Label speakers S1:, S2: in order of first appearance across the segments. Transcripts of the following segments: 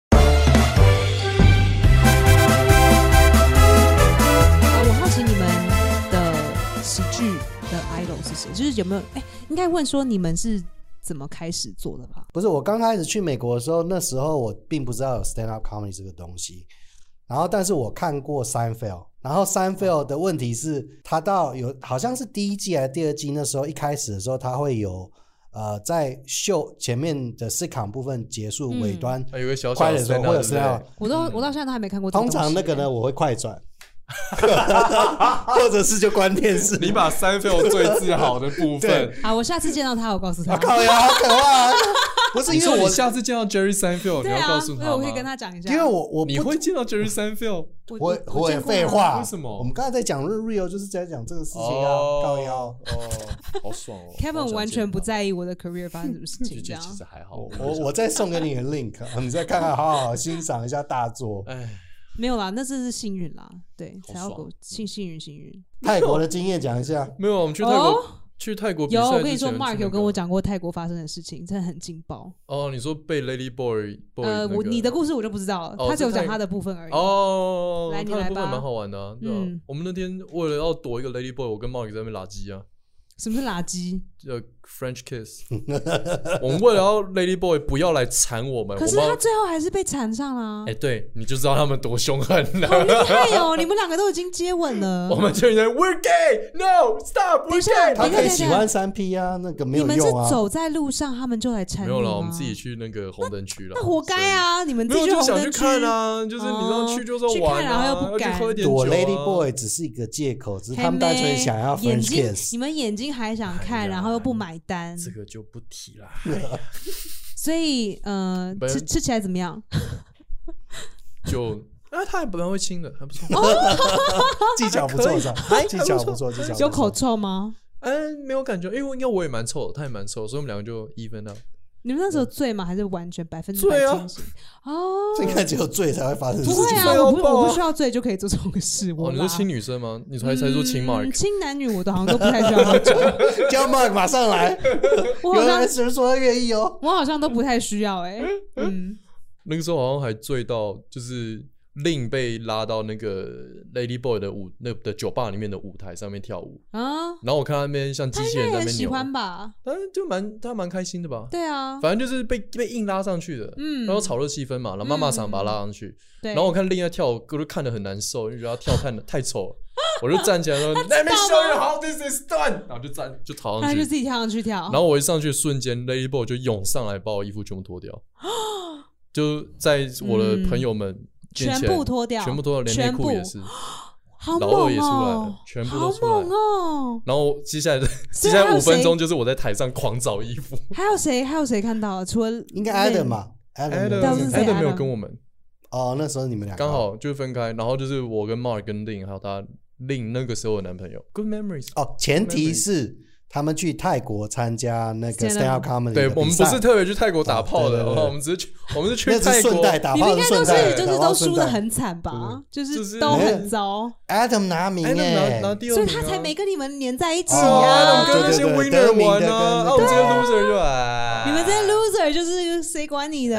S1: 呃就是有没有？哎、应该问说你们是怎么开始做的吧？
S2: 不是我刚开始去美国的时候，那时候我并不知道有 stand up comedy 这个东西，然后但是我看过 Seinfeld，然后 Seinfeld 的问题是，他到有好像是第一季还是第二季那时候一开始的时候，他会有呃在秀前面的 sitcom 部分结束
S1: 嗯
S2: 尾端
S3: 还有个小
S2: 快
S3: 小
S2: 的
S3: 的
S2: 时候
S3: stand
S2: 会
S3: up，
S2: 有
S3: 对不
S2: stand
S3: 对
S2: up，
S1: 我都我到现在都还没看过这个
S2: 通
S1: 东西。
S2: 常那个呢我会快 转，或者是就关电视。
S3: 你把三 f 最自豪的部分
S2: 对。
S1: 好，啊我下次见到他，我告诉他。
S2: 啊靠呀，好可怕啊！不是
S3: 你
S2: 因
S3: 说
S2: 为
S3: 你
S2: 我，
S3: 下次见到 Jerry Seinfeld，你
S1: 对
S3: 要
S1: 啊，
S3: 告诉
S1: 所以
S3: 他
S1: 我可以跟
S3: 吗？
S1: 他讲一下。
S2: 因为我我
S3: 你
S2: 不
S3: 会见到 Jerry Seinfeld？
S2: 我
S1: 我
S2: 我也
S1: 见过
S2: 废
S1: 啊
S2: 话，
S3: 为什么
S2: 我们刚才在讲 real 就是在讲这个事情啊，高腰
S3: 哦。哦， 好爽哦好想
S1: ，Kevin
S3: 见
S1: 完全不
S3: 到
S1: 在意我的 career 发生什么事
S3: 菊
S1: 情，这
S3: 姐
S1: 样
S3: 其实还好，
S2: 我我我再送给你个 link，你再 看看，好好欣赏一下大 作。
S3: 哎，
S1: 没有啦，那真是幸运啦，对，
S3: 好
S1: 才要
S3: 爽
S1: 狗幸幸运幸运。
S2: 泰国的经验讲一下，
S3: 没有，我们去泰国
S1: 哦，
S3: 去泰国比
S1: 有
S3: 赛
S1: 我
S3: 之
S1: 跟你说
S3: 前
S1: ，Mark
S3: 去
S1: 有跟
S3: 那个
S1: 我讲过泰国发生的事情，真的很劲爆。
S3: 哦，你说被 Lady Boy Boy
S1: 呃，
S3: 那
S1: 我
S3: 个
S1: 你的故事我就不知道了，
S3: 哦
S1: 他只有
S3: 是泰
S1: 讲他的部分而已。
S3: 哦，
S1: 来你
S3: 他的
S1: 来
S3: 部分
S1: 吧
S3: 蛮好玩的啊，对啊
S1: 嗯，
S3: 我们那天为了要躲一个 Lady Boy，我跟 Mark 在那边拉鸡啊。
S1: 什么是垃圾？
S3: 呃，French kiss，我们为了要 Lady Boy 不要来缠我们，
S1: 可是
S3: 呃我
S1: 他
S3: 们
S1: 最后还是被缠上啦
S3: 要哎、。对，你就知道他们多凶狠
S1: 好
S3: 了。
S1: 厉害哦！你们两个都已经接吻了
S3: 我，们就在 We're gay, no stop,
S1: 等一
S3: we're
S1: 下
S3: gay。
S2: 他可
S1: 哎等一
S2: 以
S1: 下
S2: 喜欢三 P 啊，那个没
S1: 你
S2: 有
S1: 们是
S2: 用啊。
S1: 走在路上，他们就来缠
S3: 没
S1: 你
S3: 有了，我们
S1: 吗
S3: 自己去那个红灯区了。
S1: 啊那活该啊！你们自
S3: 所以！
S1: 己
S3: 没有
S1: 红
S3: 就
S1: 灯
S3: 想
S1: 区
S3: 去看啊，就是你知道
S1: 哦
S3: 去就是要玩
S1: 去看然后
S3: 啊，
S1: 又不
S3: 要去
S1: 敢
S3: 喝一点酒、啊。
S2: 躲 Lady Boy 只是一个借口，只是他们单纯想要
S1: 眼
S2: French
S1: 睛，
S2: kiss
S1: 你。们眼睛还想
S3: 哎呀
S1: 看，然后又不买单，
S3: 这个就不提了。
S1: 所以呃，
S3: 本
S1: 吃吃起来怎么样？
S3: 就 啊，他还蛮会亲的，还不错。
S1: 哦
S2: 技巧不错，是吧技巧不错，技巧不错
S1: 有口臭吗？
S3: 嗯，没有感觉，因为应该我也蛮臭的，他也蛮臭，所以我们两个就 even up。
S1: 你们那时候醉吗？还是完全百分之百
S3: 醉啊
S1: 清醒？哦，
S2: 这应该只有醉才会发生的事
S1: 不会
S2: 情。
S1: 啊，我不
S3: 醉到爆啊
S1: 我不需要醉就可以做这种事。我
S3: 哦，
S1: 啦
S3: 你说亲女生吗？你才才说亲 Mark，
S1: 嗯亲男女我都好像都不太需要喝酒，
S2: 叫 Mark 马上来，
S1: 我好
S2: 有
S1: 像
S2: 人是说愿意哦。
S1: 我好像都不太需要哎、嗯，
S3: 那个时候好像还醉到，就是令被拉到那个 Lady Boy 的舞那的酒吧里面的舞台上面跳舞，
S1: 啊，
S3: 然后我看他那边像机
S1: 他
S3: 器
S1: 应
S3: 人
S1: 该也
S3: 在那
S1: 很
S3: 边
S1: 喜
S3: 扭，
S1: 欢吧？
S3: 但就蛮他蛮开心的吧。
S1: 对啊，
S3: 反正就是被被硬拉上去的，
S1: 嗯
S3: 然后炒热气氛嘛，然后妈妈桑把他拉上去，
S1: 对。
S3: 然后我看另外跳舞，我就看得很难受，因为觉得他跳太太丑了，我就站起来 说 Let me show you how this is done，然后就站就逃
S1: 他
S3: 上
S1: 就
S3: 去，
S1: 自己跳上去跳，
S3: 然后我一上去瞬间 Lady Boy 就涌上来把我衣服全部脱 掉，就在我的朋友们面
S1: 全
S3: 前
S1: 部脱掉，
S3: 全部都有，连内裤也，是，
S1: 好
S3: 老
S1: 猛
S3: 二也出来
S1: 哦
S3: 了，，全部
S1: 好
S3: 都出来
S1: 猛
S3: 了。
S1: 哦！
S3: 然后接下来的 接
S1: 所以
S3: 下
S1: 还
S3: 来
S1: 有
S3: 五分
S1: 谁
S3: 钟就是我在台上狂找衣服
S1: 还有谁？还有谁看到了？除了
S2: 应该 Adam 嘛
S1: 不知道是谁啊
S3: Adam 没有
S1: Adam
S3: 跟我们，
S2: 哦，那时候你们俩
S3: 刚好就分开，然后就是我跟 Mark 跟 Lin 还有他 Lin 那个时候的男朋友，Good memories。
S2: 哦，前提是他们去泰国参加那个
S1: Stand
S2: stand
S1: up
S2: up comedy，
S3: 对
S2: 的
S3: 我们
S2: 比
S3: 不
S2: 赛
S3: 是特别去泰国打炮
S2: 哦对
S3: 的，
S2: 对对
S3: 好不好我们只是去，我们是去
S2: 那只
S3: 泰
S2: 是顺
S3: 国。
S2: 带打
S1: 你们
S2: 炮
S1: 应该都
S2: 顺
S1: 是
S2: 带打炮顺带，
S1: 就是都输的很惨吧？就
S3: 就是
S1: 是都很糟，
S2: Adam 拿名
S3: Adam
S2: 哎
S3: 拿，拿第二
S1: 所
S3: 名
S1: 以
S3: 啊，
S1: 他才没跟你们粘在一起
S2: 哦
S1: 啊！
S3: 啊，Adam
S2: 对
S3: 跟
S2: 对
S3: 那些
S2: 对得
S3: winner
S2: 名的
S3: 玩
S2: 跟
S3: 啊，啊，我们这些
S2: 对
S3: loser 就啊，
S1: 你们这些 loser 就是谁管你的？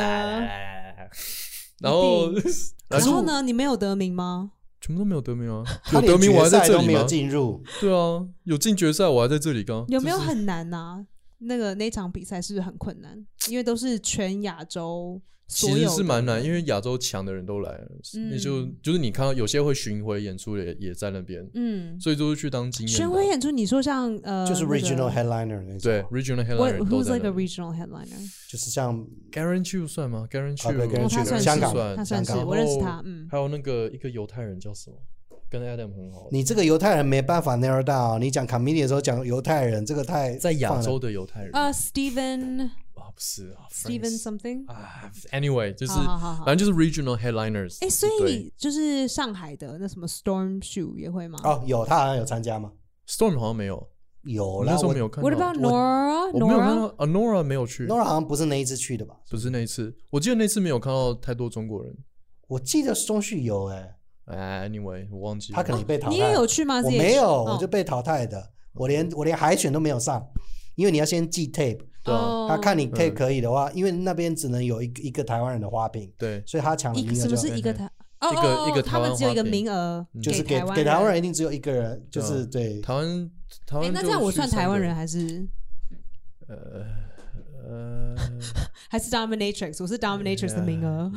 S3: 然后
S1: 一
S3: 然
S1: 然
S3: 后
S1: 后呢？你没有得名吗？
S3: 全部都没有得名啊，
S2: 他
S3: 有
S2: 连
S3: 得名我还
S2: 决
S3: 在
S2: 赛
S3: 这
S2: 都
S3: 里
S2: 没有
S3: 吗？
S2: 进入，
S3: 对啊，有进决赛我还在这里刚。
S1: 有没有
S3: 就是
S1: 很难呐、那个那场比赛是不是很困难？因为都是全亚洲所有
S3: 其
S1: 的人，
S3: 实是蛮难，因为亚洲强的人都来了，
S1: 嗯
S3: 那就就是你看到有些会巡回演出的也也在那边，
S1: 嗯，
S3: 所以都是去当经验吧。
S1: 巡回演出，你说像呃，
S2: 就是
S1: 那个
S2: regional headliner 那种，
S3: 对 regional
S1: What
S3: headliner 都
S1: who's
S3: 在
S1: like
S3: 那
S1: a
S3: 里。
S1: regional headliner？
S2: 就是像
S3: Garen Chu 算吗？Garen
S2: 啊对
S3: Chu，
S2: ，Garen
S1: 哦，他
S2: Chu，
S1: 算
S2: 香港
S3: 算
S1: 他算是
S2: 香港
S1: 我认识
S3: 然后
S1: 他，嗯，
S3: 还有那个一个犹太人叫什么，跟 Adam 很好的，
S2: 你这个犹太人没办法 narrow down，你讲 comedy 的时候讲犹太人，这个太
S3: 在亚洲的犹太人啊，
S1: 呃，Steven
S3: 不是啊
S1: Steven
S3: Francis
S1: something，
S3: 啊，Anyway 就是
S1: 好好好好
S3: 反正就是 regional headliners。
S1: 哎，所以
S3: 对
S1: 你就是上海的那什么 Storm Shoe 也会吗？
S2: 哦，有他好像有参加吗？
S3: Storm 好像没有，
S2: 有
S3: 我
S2: 啦，
S3: 那时候
S2: 我
S3: 没有看到。
S1: What about
S3: 我没有看
S1: Nora？Nora？
S3: 到啊，Nora 没有去
S2: Nora 好像不是那一次去的吧？
S3: 不是那一次，我记得那次没有看到太多中国人。
S2: 我记得中旭有哎，
S3: 哎，anyway，我忘记了。
S2: 他可能也被淘汰。
S1: 你也有去吗？
S2: 我
S1: ZH
S2: 没有，
S1: 哦
S2: 我就被淘汰的。我连
S3: 嗯
S2: 我连海选都没有上，因为你要先寄 tape，
S3: 对啊
S1: 哦
S2: 他看你 tape
S3: 嗯
S2: 可以的话，因为那边只能有一个一个台湾人的花瓶，
S3: 对
S2: 所以他抢了
S1: 一
S2: 名
S1: 个
S2: 额
S1: 什
S2: 就
S1: 么。是一个
S3: 对
S1: 台哦
S3: 一个
S1: 哦
S3: 一个
S1: 他
S3: 台湾嗯
S1: 们只有一个
S3: 花瓶
S1: 名额，
S2: 就是
S1: 给
S2: 给
S1: 湾
S2: 给台湾人
S1: 人。
S2: 一定只有一个人，
S3: 嗯
S2: 就是对
S3: 台湾台
S1: 哎
S3: 湾，
S1: 那
S3: 就
S1: 这样我
S3: 去
S1: 算
S3: 三
S1: 台湾
S3: 个
S1: 人还是
S3: 呃，
S1: 还是 dominatrix？我是 dominatrix 的名额。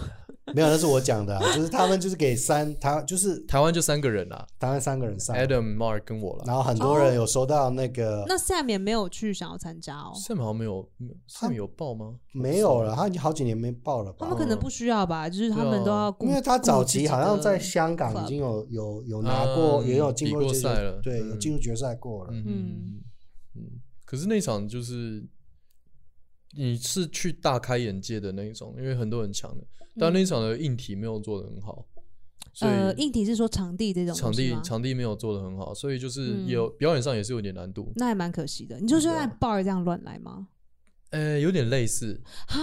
S2: 没有，那是我讲的啊，就是他们就是给三，他就是
S3: 台湾就三个人啦
S2: 台湾三个人上，
S3: ，Adam、Mark 跟我啦。
S2: 然后很多人有收到那个
S1: 哦那 Sam 也没有去想要参加哦，
S3: Sam 好像没有没有，Sam 有报吗？
S2: 没有了，他已经好几年没报了
S1: 他
S2: 吧
S1: 们？可能不需要吧，就是他们
S3: 啊
S1: 都要顾，
S2: 因为他早
S1: 顾自己
S2: 期好像在
S1: 的
S2: 香港
S1: club
S2: 已经有有有拿过，
S3: 嗯
S2: 也有进
S3: 比
S2: 过
S3: 过
S2: 决
S3: 赛了
S2: 对，
S3: 嗯
S2: 有进入决赛过了。
S3: 嗯嗯，可是那场就是你是去大开眼界的那一种，因为很多很强的，但那场的硬体没有做的很好，所
S1: 嗯呃，
S3: 以
S1: 硬体是说场地这种东
S3: 场
S1: 西
S3: 地
S1: 吗
S3: 场地没有做的很好，所以就是
S1: 嗯
S3: 有表演上也是有点难度，
S1: 那还蛮可惜的。你就是
S3: 啊
S1: 在 bar 这样乱来吗？
S3: 呃，有点类似，
S1: 哈，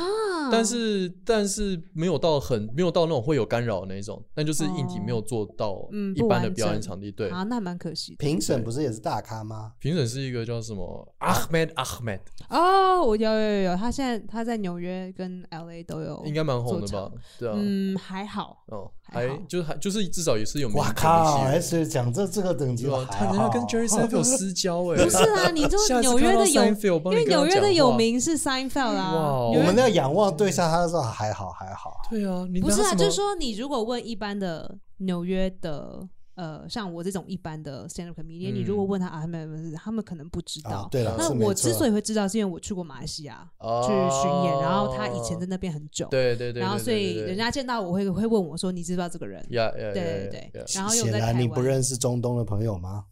S3: 但是但是没有到很没有到那种会有干扰的那一种，但就是硬体没有做到
S1: 嗯
S3: 一
S1: 不
S3: 般的
S1: 完
S3: 表
S1: 整
S3: 演场地。对，
S1: 啊，那还蛮可惜的。
S2: 评审不是也是大咖吗？
S3: 评审是一个叫什么 Ahmed Ahmed，
S1: 哦，我有有有，他现在他在纽约跟 LA 都有，
S3: 应该蛮红的
S1: 哦做
S3: 吧？对啊，
S1: 嗯，还好。
S3: 哦，
S1: 还
S3: 还
S1: 好
S3: 就是还就是至少也是有名
S2: 哇
S3: 的
S2: 靠！
S3: 东西
S2: 还是讲这这个等级
S3: 对吧？
S2: 了，
S3: 他
S2: 还
S3: 人
S2: 好
S3: 家跟 Jerry Seinfeld 私交哎，
S1: 不是啊， 你就
S3: 下次
S1: 纽约
S3: 看到
S1: 的有，
S3: Seinfeld，我帮
S1: 因
S3: 你
S1: 为
S3: 跟他
S1: 纽约的
S3: 讲
S1: 有
S3: 话
S1: 名是 Seinfeld 啊。纽
S3: 哇
S2: 我
S1: 约
S2: 们那个仰望对象，他说啊还好还好。
S3: 对啊，你
S1: 不
S3: 拿
S1: 是啊，
S3: 什
S1: 就
S3: 么
S1: 是说你如果问一般的纽约的。呃，像我这种一般的 stand up comedian，、你如果
S3: 嗯
S1: 问他啊，他们他们可能不知道。
S2: 啊，对了，
S1: 那
S2: 是没
S1: 我
S2: 错
S1: 之所以会知道，是因为我去过马来西亚去
S3: 去
S1: 巡演，然后他以前在那边很久，
S3: 哦对对对，
S1: 然后所以人家见到我会会问我说：“你知不知道这个人？”
S3: 呀呀，
S1: 对对对，然后又
S2: 显
S1: 在台
S2: 然
S1: 湾，
S2: 你不认识中东的朋友吗？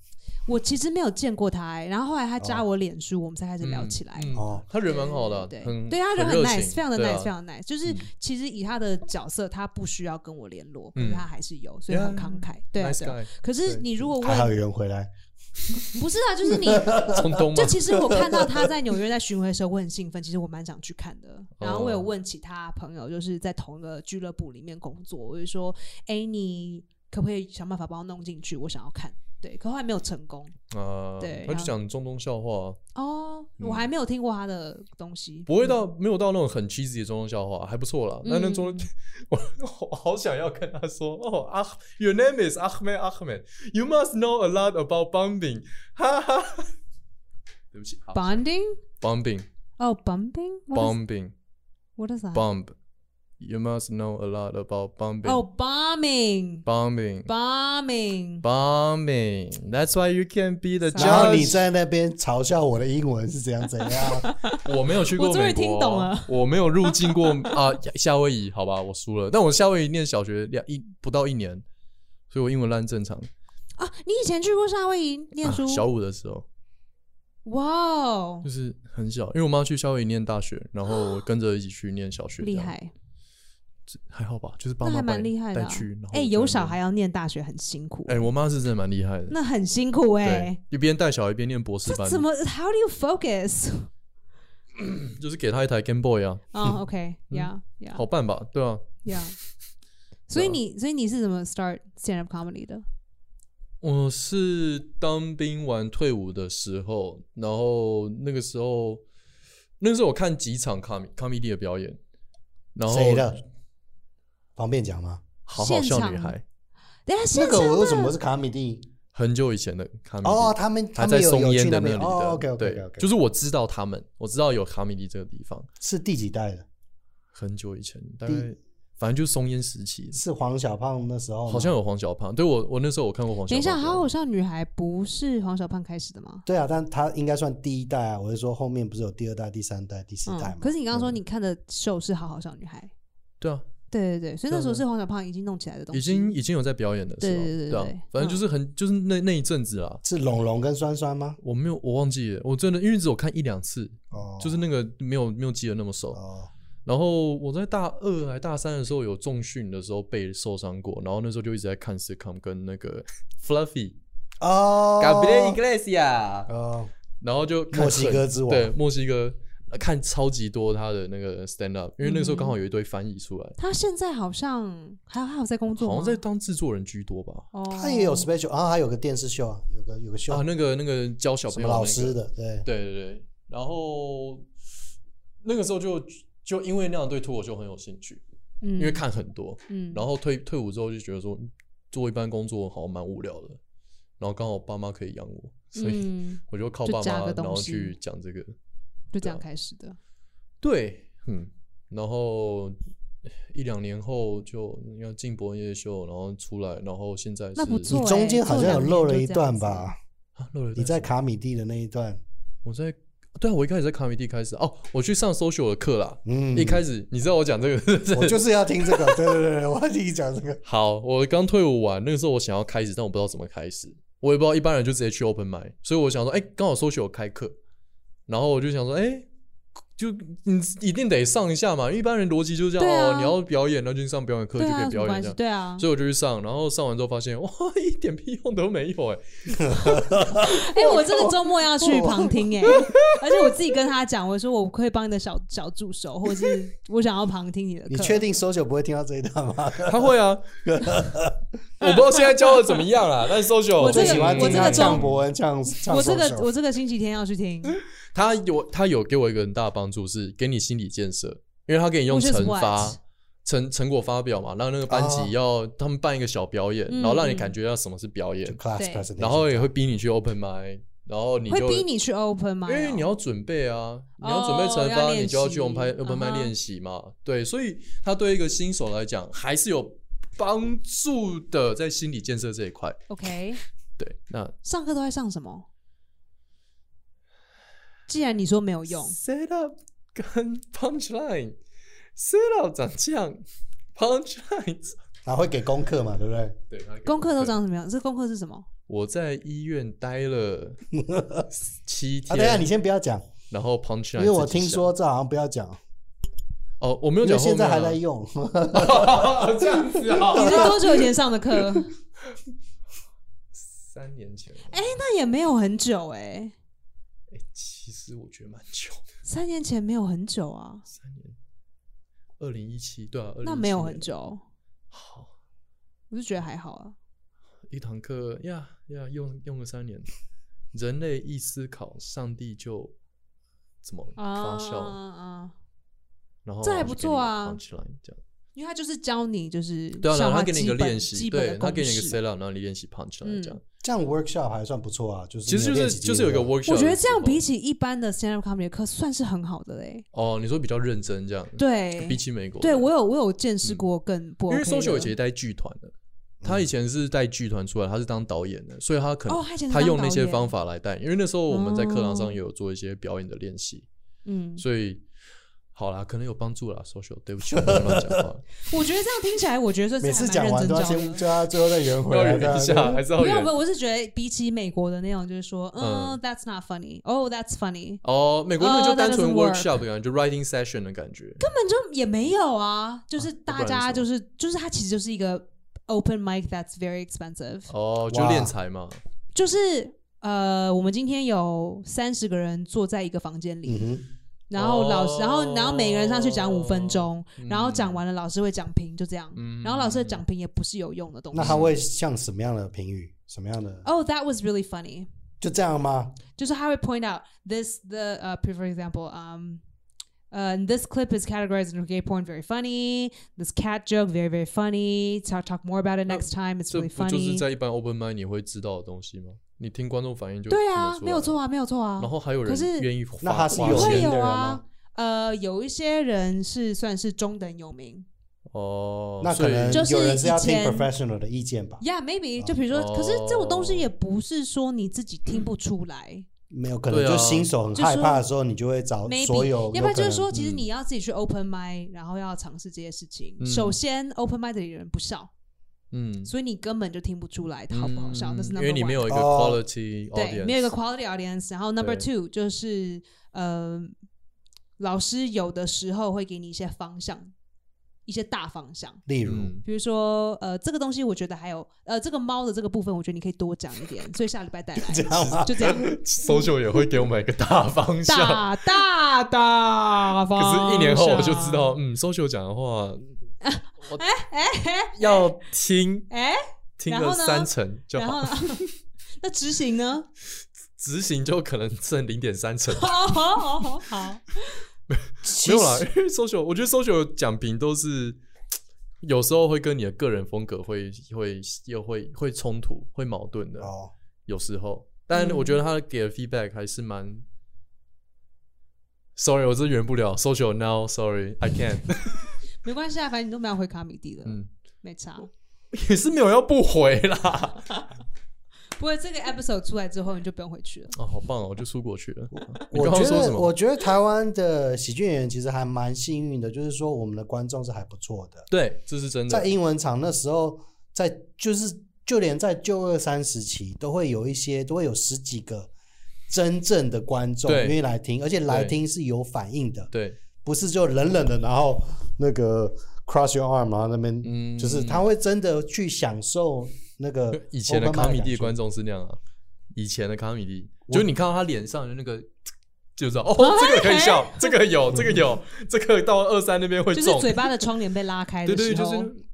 S1: 我其实没有见过他、欸，然后后来他加我脸书，我们才开始聊起来。
S3: 哦嗯嗯
S2: 哦
S3: 他人蛮好的，
S1: 对，
S3: 很
S1: 对他人
S3: 很热
S1: nice，
S3: 情
S1: 非常的
S3: 对啊
S1: nice，非常 nice。就是其实以他的角色，他不需要跟我联络，可是
S3: 嗯
S1: 他还是有，所以很
S3: Yeah，
S1: 慷慨。对啊
S3: nice
S1: 对啊
S3: guy，
S1: 可是
S3: 对
S1: 你如果
S2: 还好
S1: 问，
S2: 有人回来。
S1: 不是啊， 就是你，
S3: 从东嘛
S1: 就，其实我看到他在纽约在巡回的时候，我很兴奋，其实我蛮想去看
S3: 哦
S1: 的。 然后我有问其他朋友，就是在同一个俱乐部里面工作，我就说：“哎，你可不可以想办法帮我弄进去？我想要看。”对，可后来没有成功。
S3: 啊，
S1: 对然
S3: 他就
S1: 后
S3: 讲中东笑话啊，
S1: 哦，我
S2: 嗯
S1: 还没有听过他的东西，
S3: 不会到没有到那种很 cheesy 的中东笑话，还不错啦。那那中，我 我好想要跟他说哦，啊，Your name is Ahmed Ahmed，You must know a lot about bombing，哈 哈。对不起
S1: bonding
S3: ，bombing，bombing，bomb，you
S1: 哦，bumping is that？
S3: bomb，You must know a lot about
S1: 哦
S3: bombing，bombing，bombing。
S1: ，bombing bombing，
S3: Bombing. That's why you can be the
S2: 然后你
S3: judge.
S2: 在那边嘲笑我的英文是怎样怎样，
S3: 我没有去过
S1: 我终于
S3: 美国，
S1: 听懂了
S3: 我没有入 境过啊夏威夷，好吧，我输了。但我夏威夷念小学两一不到一年，所以我英文烂正常。啊
S1: 啊！你以前去过夏威夷念书？
S3: 小五的时候
S1: 哇哦
S3: 就，是很小，因为我妈去夏威夷念大学，然后我跟着一起去念小学，
S1: 厉
S3: 这样，
S1: 害，
S3: 还好吧？就是爸
S1: 那
S3: 妈
S1: 还蛮
S3: 带
S1: 厉害的
S3: 带
S1: 啊
S3: 去。然后。
S1: 哎，有小孩，要念大学很辛苦，
S3: 哎，我妈是真的蛮厉害的，
S1: 那很辛苦哎
S3: 对。，一边带小孩一边念博士班，
S1: 怎么？How do you focus？
S3: 就是给她一台 Game Boy 啊，
S1: 哦，OK，yeah
S3: 好
S1: yeah
S3: 办吧？对啊，
S1: yeah。所以你，所以你是怎么 start stand up comedy 的？
S3: 我是当兵完退伍的时候，然后那个时候，那个时候我看几场卡米卡米蒂的表演，然后
S2: 谁的？方便讲吗？
S3: 好好
S1: 现
S3: 笑
S1: 场
S3: 女孩，
S1: 等一下
S2: 那
S1: 现
S2: 个
S1: 场
S2: 我为什么是卡米蒂？
S3: 很久以前的卡米蒂，
S2: 哦，他们
S3: 他
S2: 他
S3: 在
S2: 们有
S3: 松
S2: 有
S3: 烟
S2: 去
S3: 的
S2: 那
S3: 那里
S2: 边
S3: 的，
S2: 哦，OK OK
S3: 对
S2: OK，
S3: 就是是我知道他们，我知道有卡米蒂这个地方，
S2: 是第几代的？
S3: 很久以前，大
S2: 第哦
S3: 概反正就是松烟时期，
S2: 是黄小胖那时候吗
S3: 好像有黄小胖，对我我那时候我看过黄小
S1: 等
S3: 胖
S1: 一
S3: 表
S1: 下，
S3: 演，
S1: 好好笑女孩不是黄小胖开始的吗？
S2: 对啊，但他应该算第一代啊。我是说后面不是有第二代、第三代、第四代
S1: 嗯，
S2: 嘛？
S1: 可是你刚刚说你看的秀是好好笑女孩，
S3: 对啊，
S1: 对对对，所以那时候
S3: 对
S1: 是黄小胖已经弄起来的东西，
S3: 已经已经有在表演了，是吧？
S1: 对对对
S3: 啊
S1: 对，
S3: 反正就是很就是那那一阵子啊，
S2: 是龙龙跟酸酸吗？
S3: 我没有，我忘记了，我真的因为只有看一两次，
S2: 哦，
S3: 就是那个没有没有记得那么熟。
S2: 哦，
S3: 然后我在大二还大三的时候有重训的时候被受伤过，然后那时候就一直在看 sitcom 跟那个 Fluffy、
S2: 哦
S3: Gabriel Iglesias，
S2: 哦，
S3: 然后就看
S2: 墨西哥之王
S3: 对墨西哥呃看超级多他的那个 stand up，因为那个时候刚好
S2: 嗯
S3: 有一堆翻译出来，
S1: 他现在好像还有还有在工作吗，
S3: 好像在当制作人居多吧。
S1: 哦，
S2: 他也有 special，然后还有个电视秀啊，有个有个秀
S3: 啊，那个那个教小
S2: 什
S3: 朋
S2: 么
S3: 友、那
S2: 老
S3: 个、
S2: 师的，对，
S3: 对对对，然后那个时候就就因为那样对脱口秀很有兴趣，
S1: 嗯
S3: 因为看很多，
S1: 嗯，
S3: 然后退退伍之后就觉得说嗯做一般工作好像蛮无聊的，然后刚好爸妈可以养我，所以
S1: 嗯，
S3: 我就靠
S1: 就
S3: 爸
S1: 加
S3: 妈，
S1: 个
S3: 然后
S1: 东西
S3: 去讲这个，啊
S1: 就这样开始的。
S3: 对，嗯，然后一两年后就你看进博恩夜秀，然后出来，然后现在
S1: 那不
S3: 是
S1: 错
S2: 你中间好像有漏了一
S1: 做两
S2: 段
S1: 年就这样
S2: 吧？
S3: 啊，漏了一
S2: 你
S3: 段
S2: 在
S3: 什么
S2: 卡米蒂的那一段，
S3: 我在对啊，我一开始在卡米蒂开始哦，我去上 social 的课啦。
S2: 嗯，
S3: 一开始你知道我讲这个，
S2: 我就是要听这个，对对对对，我要听你讲这个。
S3: 好，我刚退伍完，那个时候我想要开始，但我不知道怎么开始，我也不知道一般人就直接去 open m i 所以我想说，哎、刚好 social 有开课，然后我就想说，哎、就你一定得上一下嘛，因为一般人逻辑就是这样、
S1: 对啊
S3: 哦，你要表演，那就去上表演课就
S1: 对啊，
S3: 可
S1: 有什
S3: 以
S1: 么
S3: 表演
S1: 关
S3: 这
S1: 系？
S3: 样。
S1: 对啊，
S3: 所以我就去上，然后上完之后发现，哇，一点屁用都没有哎、
S1: 哎、我这
S3: 哦
S1: 个周末要去旁听哎、 而且我自己跟他讲，我说我可以帮你的小小助手，或者是 我想要旁听你的课。
S2: 你确定 social 不会听到这一段吗？
S3: 他会啊， 我不知道现在教的怎么样啦，但 social
S1: 我这
S2: 最
S1: 个
S2: 喜欢听啊
S1: 我这
S2: 他
S1: 个
S2: 呛
S1: 中
S2: 伯恩、呛呛
S1: 我这个
S2: social
S1: 我这个星期天要去听，
S3: 他有他有给我一个很大的帮助，是给你心理建设，因为他给你用
S1: Which is
S3: 惩罚
S1: what？哦
S3: 成成果发表嘛，让那个班
S2: 啊
S3: 级要、他们办一个小表演，
S1: 嗯
S3: 然后让你感觉到什么是表演，
S2: class
S1: 对
S2: presentation，
S3: 然后也会逼你去 open mic，然后你
S1: 会
S3: 就
S1: 逼你去 open 哦吗？
S3: 因为你要准备啊，你要准备
S1: 哦
S3: 惩
S1: 要
S3: 罚，
S1: 练
S3: 你就要去
S1: 习
S3: open mic- open
S1: 嗯
S3: mic
S1: 哼
S3: 练习嘛，对，所以他对一个新手来讲还是有帮助的，在心理建设这一块，
S1: OK
S3: 对，那
S1: 上课都在上什么？既然你说没有用，
S3: set up 跟 punch line，set up 长这样，punch line，
S2: 然后会给功课嘛，对不啊对？
S3: 对，他给
S1: 功课都。长什么样？这功课是什么？
S3: 我在医院待了七
S2: 啊，等
S3: 天，
S2: 一下你先不要讲，
S3: 然后 punch line，
S2: 因为我听说这好像不要讲，
S3: 哦，我没有
S2: 因为
S3: 讲后
S2: 现
S3: 面
S2: 在
S3: 啊
S2: 还在用。
S3: 这样子啊
S1: 你是多久以前上的课？
S3: 三年前了，
S1: 哎、那也没有很久哎、
S3: 哎，其实我觉得蛮久的，
S1: 三年前没有很久啊，
S3: 三年，二零一七，对啊，2017
S1: 那没有很
S3: 年，
S1: 久，
S3: 好，
S1: 我就觉得还好啊。
S3: 一堂课呀呀，用用了三年，人类一思考，上帝就怎么发
S1: 啊
S3: 酵，
S1: 啊啊！
S3: 然后
S1: 这还不错啊
S3: 起来这样，
S1: 因为他就是教你，就是
S3: 对啊，然
S1: 像
S3: 后他
S1: 他
S3: 给你一
S1: 基
S3: 个
S1: 本
S3: 练习，
S1: 基本
S3: 对
S1: 的，
S3: 他给你一个
S1: 公式嗯
S3: set up，然后你练习 punch line 这样。
S2: 这样 workshop 还算不错啊，就是
S3: 其实就
S2: 你练
S3: 是
S2: 习
S3: 就是有一个
S2: 肌肉
S3: workshop，
S1: 我觉得这样比
S3: 起
S1: 起一般的 stand up comedy 的课，算是很好的嘞。
S3: 哦，你说比较认真这样，，
S1: 对，
S3: 比起美国，
S1: 对我有我有见识过更不
S3: 因为
S1: OK 的。
S3: social 以前带剧团的，他以前是带剧团出来，他是当导演的，所以他可能
S1: 哦他以前是
S3: 他
S1: 当
S3: 用那
S1: 导
S3: 些
S1: 演
S3: 方法来带，因为那时候我们在课堂上
S1: 哦
S3: 也有做一些表演的练习，
S1: 嗯，
S3: 所以好啦，可能有帮助啦，social，对不 起，我乱讲话，
S1: 我觉得这样听起来，我觉得这
S2: 每
S1: 是
S2: 次
S1: 还
S2: 讲
S1: 蛮
S2: 完
S1: 认
S2: 都
S1: 真
S2: 要
S1: 教
S2: 先，
S1: 的。
S2: 就要最后再圆回
S3: 要
S2: 来
S3: 圆
S2: 的
S3: 一
S2: 啊。
S3: 下，嗯还是要
S1: 不要
S3: 圆
S1: 不。要，我是觉得比起美国的那种，就是说，
S3: 嗯
S1: 嗯，That's not funny，哦，That's funny，
S3: 哦，美国那就
S1: 呃
S3: 单
S1: ，that
S3: 纯
S1: doesn't work
S3: workshop 的感觉，就 writing session 的感觉，
S1: 根本就也没有啊，就是
S3: 不
S1: 大
S3: 然是
S1: 家
S3: 什么
S1: 就是就是它其实就是一个 open mic that's very expensive，
S3: 哦，就
S2: 哇
S3: 练才嘛，
S1: 就是呃，我们今天有三十个人坐在一个房间里，
S2: 嗯哼，
S1: 然后老师，然后然后每个人上去讲五分钟，
S3: 嗯
S1: 然后讲完了，老师会讲评，就这样。
S3: 嗯
S1: 然后老师的讲评也不是有用的东
S2: 那
S1: 西。
S2: 他会像什么样的评语？什么样的？
S1: Oh, that was really funny.
S2: 就这样吗？
S1: 就是他会 point out this the uh for example um. Uh, this clip is categorized under gay porn, very funny. This cat joke, very very funny. Talk talk more about it next
S2: Oh,
S1: time. It's
S3: 这
S1: really
S3: 不就是
S1: funny.
S3: 在一般 open m i d 你会知道的东西吗？你听观众反应就
S1: 对
S3: 听得
S1: 啊，
S3: 出来
S1: 没有错啊，没有错啊。
S3: 然后还有
S1: 可
S3: 人
S1: 是
S3: 愿意花
S2: 那他是
S3: 花
S2: 有
S1: 会
S2: 钱的
S3: 钱
S1: 有
S2: 人
S1: 啊
S2: 吗，
S1: 呃，ah. Uh, 有一些人是算是中等有名，
S3: 哦，
S2: 那可能
S1: 就是
S2: 有人是要
S1: 以
S2: 听
S1: 前
S2: professional 的意见吧？
S1: Yeah, maybe 就比如说，
S3: 哦
S1: 可是这种东西也不是说你自己听不出来
S2: 没有，可能
S3: 对啊
S2: 就新手很害怕的时候，你就会找所
S1: ，maybe，
S2: 有，
S1: 要不然就是
S2: 有
S1: 说，
S2: 可
S1: 其实你要自己去 open mic，然后要尝试这些事情。
S3: 嗯
S1: 首先，open mic 的人不笑，
S3: 嗯，
S1: 所以你根本就听不出来它好不好笑，那是
S3: 因
S1: number
S3: 为你没
S1: one
S3: 有一个
S2: 哦
S3: quality
S1: 对，
S3: audience，
S1: 没有一个 quality audience。然后 number
S3: 对
S1: two 就是呃，老师有的时候会给你一些方向，一些大方向。
S2: 例如，
S3: 嗯
S1: 比如说，呃，这个东西我觉得还有，呃，这个猫的这个部分，我觉得你可以多讲一点，所以下礼拜带来，
S2: 这样吗？
S1: 就这样。
S3: social 也会给我们一个大方向。
S1: 大大大
S3: 可
S1: 方向。
S3: 是，一年后我就知道，嗯，social 讲的话，我要听
S1: 哎，
S3: 听
S1: 然
S3: 了
S1: 后呢
S3: 三成就
S1: 然
S3: 好
S1: 后，呢？那执行呢？
S3: 执行就可能剩零点三成。
S1: 好好好好，
S2: 其
S3: 没
S2: 实
S3: 有啦，因为 social，我觉得 social 讲评都是有时候会跟你的个人风格会会又会会冲突，会矛盾的。
S2: 哦，
S3: 有时候，但我觉得他给的 feedback 还是蛮。Sorry，我真的圆不了。Social now, sorry, I can't 。
S1: 没关系啊，反正你都没有回卡米蒂了，
S3: 嗯，
S1: 没差。
S3: 也是没有要不回啦。
S1: 不过这个 episode 出来之后，你就不用回去了。
S3: 哦，好棒哦，我就出国去了。你
S2: 我
S3: 刚刚
S2: 觉
S3: 说什
S2: 得
S3: 么？
S2: 我觉得台湾的喜剧演员其实还蛮幸运的，就是说我们的观众是还不错的。
S3: 对，这是真的
S2: 在。英文场那时候，在就是就连在旧二三时期，都会有一些都会有十几个真正的观众
S3: 对
S2: 愿意来听，而且来
S3: 对
S2: 听是有反应的，
S3: 对，
S2: 不是就冷冷的，然后那个 cross your arm，然后那啊边、
S3: 嗯
S2: 就是他会真的去享受那个
S3: 以前的
S2: open mic
S3: 卡米蒂
S2: 感觉
S3: 观众是那样啊，以前的卡米蒂，
S2: 我
S3: 就你看到他脸上的那个，就知道哦，这个可以笑，这个有，这个有，这个到二三那边会
S1: 就是
S3: 中，
S1: 嘴巴的窗帘被拉开
S3: 对
S1: 的时候，
S3: 对，就是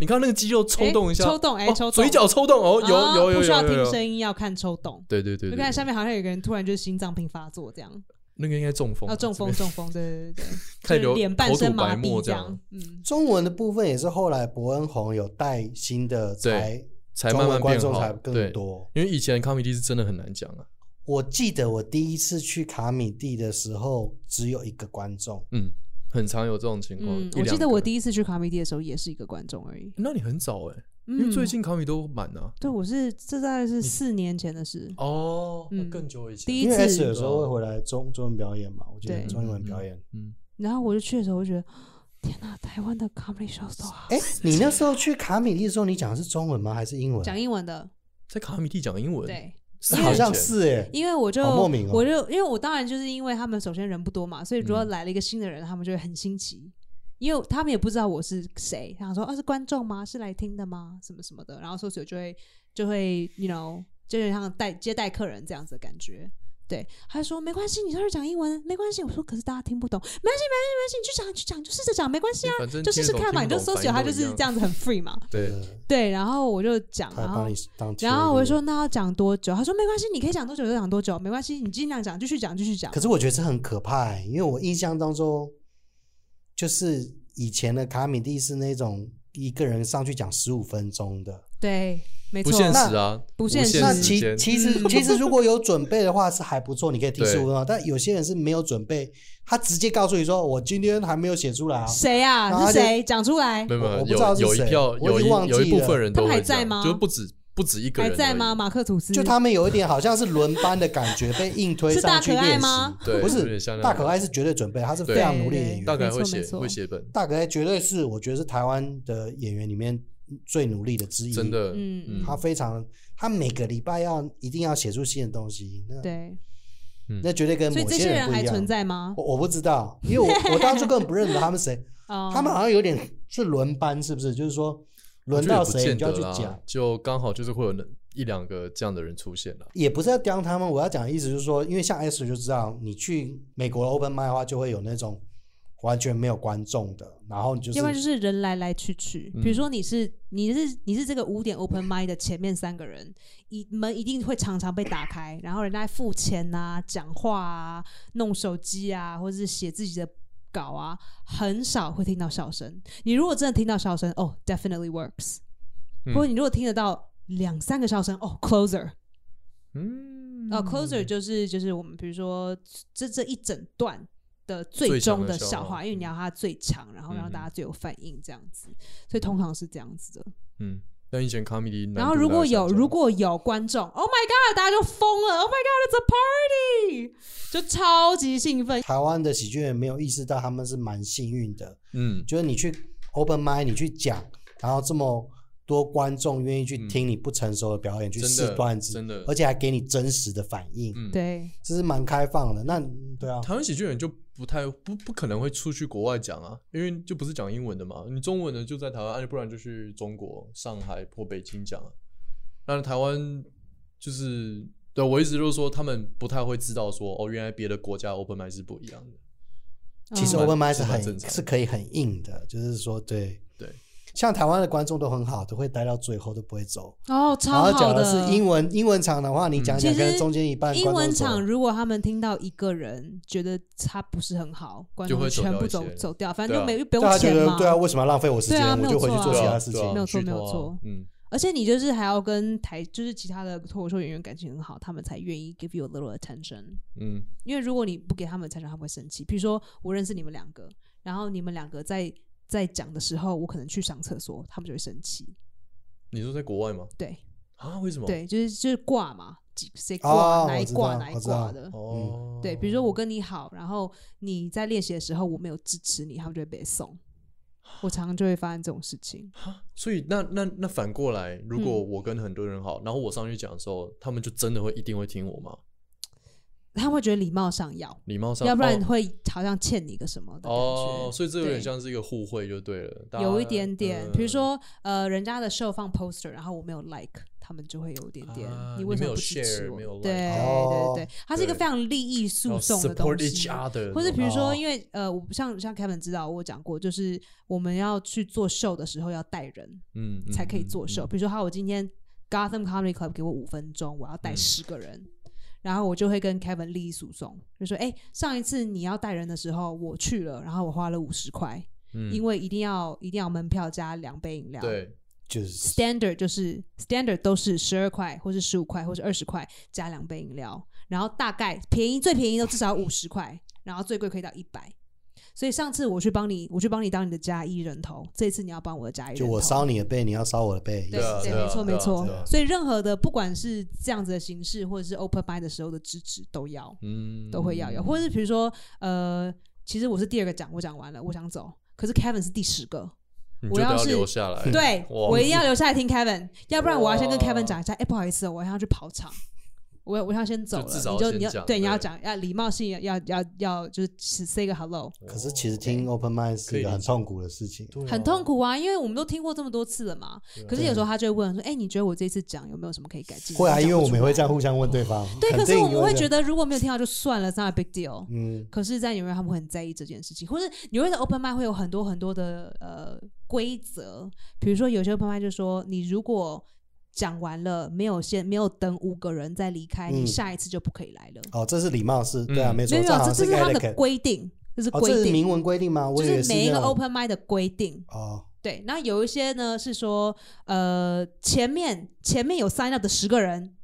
S3: 你看到那个肌肉抽动一下，
S1: 哎抽动哎
S3: 哦
S1: 抽动
S3: 嘴角抽动，哦，有
S1: 啊
S3: 有有
S1: 不需要
S3: 有
S1: 听
S3: 有有，
S1: 声音，要看抽动。
S3: 对对对
S1: 就
S3: 对
S1: 看下
S3: 对，
S1: 面好像有个人突然就是心脏病发作这样，
S3: 那个应该中风
S1: 啊，
S3: 啊，
S1: 中风
S3: 这边
S1: 中风，对对对 对，
S3: 太
S1: 就是
S3: 流
S1: 脸半
S3: 口吐
S1: 身麻
S3: 白沫
S1: 痹
S3: 这样
S1: 样，嗯，
S2: 中文的部分也是后来伯恩宏有带新的才
S3: 才
S2: 中
S3: 慢
S2: 文
S3: 慢
S2: 观
S3: 变
S2: 众
S3: 好
S2: 才，更
S3: 对，
S2: 多。
S3: 因为以前的卡米蒂是真的很难讲啊，
S2: 我记得我第一次去卡米蒂的时候，只有一个观众，
S3: 嗯，很常有这种情况
S1: 嗯，，
S3: 哦一
S1: 我记
S3: 两
S1: 得我
S3: 个，
S1: 第一次去卡米蒂的时候也是一个观众而已。
S3: 那你很早
S2: 欸
S3: 哎，因
S1: 嗯，
S3: 为最近卡米都满啊，
S1: 对我是这大概是四年前的事，
S3: 哦，那
S1: 嗯
S3: 更久以前，
S1: 第一
S2: 因为
S1: 次
S2: S 有时候会回来中中文表演嘛，我记得
S1: 对
S2: 中英文表演。
S3: 嗯。
S1: 然后我就去的时候，我就觉得天哪，台湾的 comedy show 都好，
S2: 哎，你那时候去卡米蒂的时候，你讲的是中文吗？还是英文？
S1: 讲英文的，
S3: 在卡米蒂讲英文，，
S1: 对，
S3: 四
S2: 好
S3: 年
S2: 像
S3: 前
S2: 是哎，
S1: 因为我就
S2: 好莫名哦
S1: 我就因为我当然就是因为他们首先人不多嘛，所以如果
S3: 嗯
S1: 来了一个新的人，他们就会很新奇，因为他们也不知道我是谁，想说啊是观众吗？是来听的吗？什么什么的，然后所以就会就会，you know，就是像带接待客人这样子的感觉。对，他就说没关系，你就是讲英文，没关系。我说可是大家听不懂，没关系，没关系，没关系，你去讲，你去讲，你就试着讲，没关系啊，
S3: 反正
S1: 就试试看嘛，你就搜
S3: 搜
S1: 寻，他就是这。样子很 free 嘛。
S3: 对，
S1: 对，然后我就讲，
S2: 他
S1: 然后
S2: 帮你当。
S1: 哦然后我就说，那要讲多久？他说没关系，你可以讲多久就讲多久，没关系，你尽量讲，继续讲，继续讲
S2: 可。是我觉得这很可怕、欸，因为我印象当中，就是以前的卡米蒂是那种一个人上去讲十五分钟的。
S1: 对，没
S3: 不
S1: 错，
S3: 现实啊，
S1: 不
S3: 限
S1: 现
S3: 时
S1: 实
S2: 那
S1: 时
S2: 其
S3: 间
S2: 其 实其实如果有准备的话是还不错，你可以听
S3: 对
S2: 十五分钟。但有些人是没有准备，他直接告诉你说：“我今天还没有写出来啊。
S1: 谁呀、
S2: 然
S1: 啊？
S2: 后他
S1: 是
S2: 就
S1: 谁？讲出来
S3: 没，有没
S2: 我
S3: 有
S2: 不知道
S3: 有
S2: 是
S3: 有一
S2: 谁
S3: 票，
S2: 我已
S3: 有
S2: 经
S3: 一
S2: 忘记
S3: 有一部
S2: 了
S3: 分人
S1: 他
S3: 都
S1: 们
S3: 会
S1: 还
S3: 这
S1: 在
S3: 样，
S1: 吗
S3: 就是不止不止一个
S1: 还
S3: 人
S1: 在
S3: 而已
S1: 吗？？马克吐斯？
S2: 就
S3: 嗯
S2: 他们有一点好像是轮班的感觉，被硬推
S1: 是
S2: 上
S1: 大
S2: 去
S1: 可爱
S2: 练习
S1: 吗。
S3: 对
S2: 不
S3: 有点像
S2: 是
S3: 那
S2: 大
S3: 种
S2: 可爱是绝对准备，他是
S3: 对
S2: 非常努力的
S1: 对
S2: 演员。
S3: 大概
S1: 没
S3: 会
S1: 错
S3: 写
S1: 没错
S3: 会写本，
S2: 大可爱绝对是我觉得是台湾的演员里面最努力的之一。
S3: 真，的，
S1: 嗯
S3: 嗯，
S2: 他非常，他每个礼拜要一定要写出新的东西，那
S1: 对，
S2: 那绝对跟
S1: 所以
S2: 某
S1: 这些
S2: 人
S1: 人
S2: 不一
S1: 还存
S2: 样。哦
S1: 在吗？
S2: 我我不知 道，因为我我当初根本不认得他们谁，
S1: 哦
S2: 他们好像有点是轮班，是不是？就是说
S3: 我
S2: 轮
S3: 觉得
S2: 到
S3: 也不
S2: 谁
S3: 见
S2: 你就要
S3: 得
S2: 去
S3: 啦
S2: 讲，，
S3: 就刚好就是会有那一两个这样的人出现了，
S2: 也不是要刁他们。我要讲的意思就是说，因为像 S 就知道，你去美国的 Open m i 的话，就会有那种完全没有观众的，然后你就
S1: 要不然就是是人来来去去，比如说你是你是你是这个五点 open m i 的前面三个人，一门一定会常常被打开，然后人家在付钱啊、讲话啊、弄手机啊，或者是写自己的稿啊，很少会听到笑声。你如果真的听到笑声，哦，definitely works。
S3: 嗯
S1: 或者你如果听得到两三个笑声，哦，closer，
S3: 嗯，
S1: 呃、c l o s e r 就是就是我们比如说这这一整段的最
S3: 最强
S1: 终
S3: 的
S1: 的
S3: 笑
S1: 笑
S3: 话
S1: 话，因为你
S2: 嗯
S1: 要它最长，然后
S3: 嗯
S1: 让
S3: 哼
S1: 大家最有反应这样子，所以
S2: 嗯
S1: 通常是这样子的。
S3: 嗯，但以前 comedy，
S1: 然后如果有如
S3: 果
S1: 果有观众，Oh my God，大家就疯了，Oh my God，it's a party，就超级兴奋。
S2: 台湾的喜剧人没有意识到他们是蛮幸运的，
S3: 嗯
S2: 就是你去 open m i 你去讲，然后这么多观众愿意去听你不成熟的表演，去
S3: 嗯真
S2: 试
S3: 的
S2: 段子，
S3: 真的
S2: 而且还给你真实的反应，
S3: 嗯，
S1: 对，
S2: 这是蛮开放的。那对
S1: 嗯
S2: 啊，
S3: 台湾喜剧人就不太不不可能会出去国外讲啊，因为就不是讲英文的嘛。你中文的就在台湾，啊不然就去中国上海或北京讲啊。但是台湾就是对我一直就是说，他们不太会知道说哦，原来别的国家 open mic 是不一样的。
S2: 其实
S1: 嗯
S3: 我
S2: open m i 是
S3: 是蛮
S2: 很
S3: 正常的
S2: 是可以很硬的，就是说对。
S3: 对，
S2: 像台湾的观众都很好，都会待到最后都不会走。
S1: 哦，
S2: 然
S1: 超
S2: 后讲
S1: 好嗯
S2: 的是英文，英文场的话，你讲一
S1: 其
S2: 讲，
S1: 实
S2: 跟中间一半
S1: 英
S2: 观
S1: 文
S2: 众走
S1: 场，如果他们听到一个人觉得他不是很好，观
S3: 就
S1: 众
S3: 会走掉
S1: 全部
S3: 一些
S1: 走
S3: 人
S1: 走掉，反
S3: 对
S1: 正
S3: 啊
S1: 就没就不
S2: 大家
S1: 用
S2: 觉
S1: 钱
S2: 得
S1: 嘛。
S2: 对啊，为什么要浪费我时
S1: 对
S2: 间？
S1: 啊没
S2: 我
S1: 有
S2: 就回去
S1: 错
S2: 做
S1: 啊
S2: 其他事
S3: 对啊
S2: 情
S1: 没。有错
S3: 剧透啊
S1: 没有错
S3: 嗯，
S1: 而且你就是还要跟台就是其他的脱口秀演员感情很好，他们才愿意 give you a little attention。
S3: 嗯，
S1: 因为如果你不给他们 attention，他们会生气。比如说我认识你们两个，然后你们两个在在讲的时候，我可能去上厕所，他们就会生气。
S3: 你说在国外吗？
S1: 对
S3: 啊，为什么？，
S1: 对，就是就是挂嘛，几谁
S2: 哦
S1: 挂哪
S2: 我
S1: 一
S2: 知
S1: 挂
S2: 道
S1: 哪一
S2: 我知道
S1: 挂的。
S3: 哦，
S1: 对，比如说我跟你好，然后你在练习的时候我没有支持你，他们就会被送。我常常就会发生这种事情。
S3: 所以那那那反过来，如果我跟很多人好，然后我上去讲的时候，他们就真的会一定会听我吗？
S1: 他会觉得礼貌上要，
S3: 礼貌上，
S1: 要不然
S3: 哦
S1: 会好像欠你一个什么的感
S3: 哦，
S1: 觉。
S3: 所以这有点
S1: 对
S3: 像是一个互惠就对了，大家
S1: 有一点点，比如
S3: 嗯
S1: 说呃，人家的 show 放 poster，然后我没有 like，他们就会有一点点
S3: 啊，
S1: 为
S3: 你
S1: 什么
S3: 没有
S1: 不支持
S3: share，
S1: 我
S3: 没有？
S1: 对
S3: like
S2: 哦
S1: 对对，它是一个
S3: 对
S1: 非常利益
S3: 要
S1: 诉讼的东
S3: support
S1: 西
S3: each。other，
S1: 或者比
S3: 那
S1: 如
S3: 种
S1: 说，
S2: 哦
S1: 因为呃，我像像 Kevin 知道我有讲过，就是我们要去做 show 的时候要带人，
S3: 嗯嗯
S1: 才可以
S3: 嗯
S1: 做
S3: 嗯
S1: show。比如说，好，我今天 Gotham Comedy Club 给我五分钟，
S3: 嗯
S1: 我要带十个人，然后我就会跟 Kevin 利益诉讼，就说：哎、上一次你要带人的时候，我去了，然后我花了五十块，
S3: 嗯
S1: 因为一啊定要一定要门票加两杯饮料。
S3: 对
S2: 就是，
S1: Standard 就是 Standard 都是十二块，或是十五块，或是二十块加两杯饮料，然后大概便宜最便宜都至少五十块，然后最贵可以到一百。所以上次我去帮你，我去帮你当你的加一人头，这次你要帮我的加一人
S2: 就
S1: 头。
S2: 我烧你的背，你要烧我的背。
S1: 对
S3: 对啊
S1: 对，
S3: 对啊
S1: 没错
S3: 对啊
S1: 没错
S3: 对啊。
S1: 所以任何的不管是这样子的形式，或者是 open b y 的时候的支持都要，
S3: 嗯
S1: 都会要有。或者是比如说，呃，其实我是第二个讲，我讲完了，我想走，可是 Kevin 是第十个，
S3: 你
S1: 我
S3: 就得
S1: 要是
S3: 留下来，
S1: 对
S3: 哇
S1: 我一定要留下来听 Kevin，要不然我要先跟
S3: 哇
S1: Kevin 讲一下，哎，不好意思哦，我要去跑场。我我要先走了，
S3: 至少
S1: 你就
S3: 先
S1: 你要
S3: 讲
S1: 对你要
S3: 对
S1: 讲要礼貌性要要要就是 say 个 hello，
S2: 可是其实听 open mind 是一个很痛苦的事情。
S3: 对啊
S1: 很痛苦啊，因为我们都听过这么多次了嘛。
S3: 啊
S1: 可是有时候他就会问说：“哎、你觉得我这次讲有没有什么可以改进？”
S2: 会啊，
S1: 你讲
S2: 因
S1: 不
S2: 为我
S1: 出
S2: 们也
S1: 来
S2: 会这样互相问对方。
S1: 对，可
S2: 肯
S1: 是
S2: 定
S1: 我们
S2: 会
S1: 会
S2: 这
S1: 觉
S2: 样，
S1: 得如果没有听到就算了，it's not a big deal。
S2: 嗯，
S1: 可是，在纽约他们会很在意这件事情，或是纽约的 open m i 会有很多很多的呃规则，比如说有些 open m i 就说，你如果讲完了没有先没有等五个人再离开，你
S2: 嗯
S1: 下一次就不可以来了。
S2: 哦，这是礼貌是，对啊，
S3: 嗯
S2: 没错，
S1: 没有，没有
S2: 好
S1: 这
S2: 像
S1: 这
S2: 是
S1: 是
S2: e
S1: 他
S2: l
S1: 们
S2: e g a
S1: 的
S2: n
S1: 规定，这是
S2: 哦，
S1: 规
S2: 这是
S1: 定，
S2: 明文规定吗？我以
S1: 就
S2: 为
S1: 是每一
S2: 那
S1: 个
S2: 种
S1: open m i 的规定。
S2: 哦，
S1: 对，那有一些呢是说，呃，前面前面有 sign up 的十个人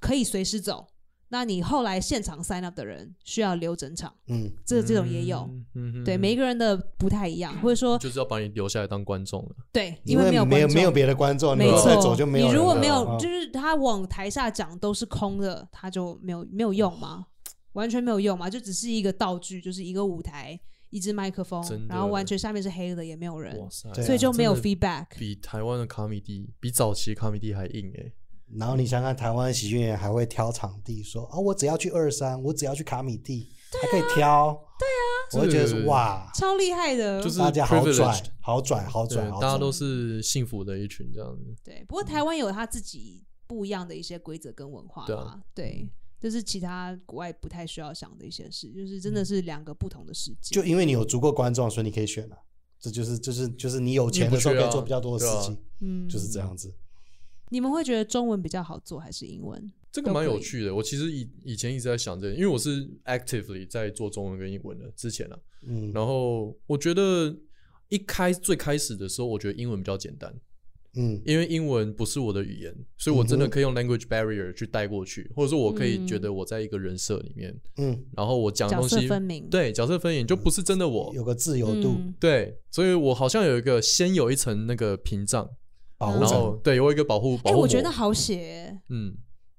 S1: 可以随时走，那你后来现场 sign up 的人需要留整场，
S2: 嗯，
S1: 这这种也有。，
S3: 嗯
S1: 对，每一
S3: 个
S1: 个人的不太一样，或者说
S3: 就是要把你留下来当观众了，
S1: 对，
S2: 因
S1: 为
S2: 为
S1: 没有
S2: 没有
S1: 观
S2: 没有
S1: 众
S2: 别的观众，你
S1: 没
S2: 如果再
S1: 错，
S2: 走就没有人
S1: 你
S2: 了。
S1: 如果没有，
S2: 哦
S1: 就是他往台下讲都是空的，他就没有没有用嘛，完全没有用嘛，就只是一个道具，就是一个舞台，一支麦克风
S3: 真，的
S1: 然后完全下面是黑的，也没有人，
S3: 哇塞，
S2: 对啊
S1: 所以就没有
S3: 真的
S1: feedback。
S3: 比台湾的 comedy 比早期的 comedy 还硬哎，
S2: 然后你想想，台湾喜剧演员还会挑场地，说啊，我只要去二三，我只要去卡米蒂，还可以挑。啊对啊，我会觉得
S3: 这
S2: 是
S3: 个
S2: 哇，
S1: 超厉害的，
S3: 就是
S2: 大家好
S3: privileged
S2: 拽，好拽，好
S3: 对
S2: 拽，，好
S3: 大家
S2: 拽。
S3: 都是幸福的一群这样子，
S1: 对。不过台湾有他自己不一样的一些规则跟文化
S3: 对
S1: 啦
S3: 啊，
S1: 对，这是其他国外不太需要想的一些事，就是真的是两个不同的世界。
S2: 就因为你有足够观众，所以你可以选啊。这就是就是就是你有
S3: 你
S2: 钱
S3: 不
S2: 的时候
S3: 缺啊
S2: 可以做比较多的事情，
S1: 嗯，
S3: 啊
S2: 就是这样子。
S1: 你们会觉得中文比较好做还是英文？
S3: 这个蛮
S1: 都可
S3: 有
S1: 以
S3: 趣的。我其实以以前一直在想这个，因为我是 actively 在做中文跟英文的之前啊，
S2: 嗯
S3: 然后我觉得一开最开始的时候，我觉得英文比较简单，
S2: 嗯
S3: 因为英文不是我的语言，所以我真的可以用 language barrier 去带过去，或者说我可以觉得我在一个人设里面，
S2: 嗯，
S3: 然后我讲
S1: 嗯
S3: 的
S1: 角
S3: 东
S1: 色
S3: 西
S1: 分明，
S3: 对角色分演就不是真的我，
S2: 有个自由度
S1: 嗯
S3: 对，所以我好像有一个先有一层那个屏障，
S2: 保护
S3: 然
S2: 者
S3: 后对有一个保护保
S1: 哎、
S3: 护膜，
S1: 我觉得好写欸，
S3: 嗯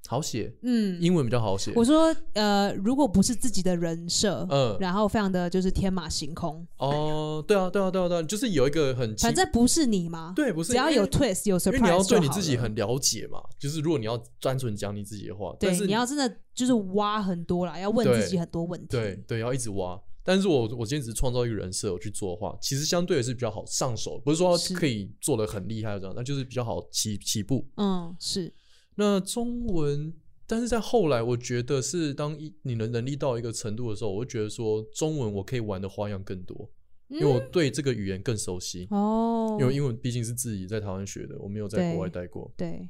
S3: 好写，
S1: 嗯，
S3: 英文比较好写，
S1: 我说呃，如果不是自己的人设，
S3: 嗯
S1: 然后非常的就是天马行空，
S3: 哦，对啊对啊对啊对啊，就是有一个很清
S1: 反正不是你嘛，，
S3: 对不是
S1: 只要
S3: 因为
S1: 有 twist 有 surprise，
S3: 因为你要对
S1: 就
S3: 你
S1: 好
S3: 自己
S1: 了
S3: 很了解嘛，就是如果你要单纯讲你自己的话，但
S1: 对，
S3: 是
S1: 你要真的就是挖很多啦，要问自己很多问题。
S3: 对对要一直挖。但是我我今天只是创造一个人设，我去做的话，其实相对的是比较好上手，不是说
S1: 是
S3: 可以做的很厉害这样，那就是比较好起起步。
S1: 嗯，是
S3: 那中文，但是在后来，我觉得是当一你的能力到一个程度的时候，我会觉得说中文我可以玩的花样更多。因为我对这个语言更熟悉，
S1: 嗯哦，
S3: 因为英文毕竟是自己在台湾学的，我没有在国外
S1: 对
S3: 待过，
S1: 对，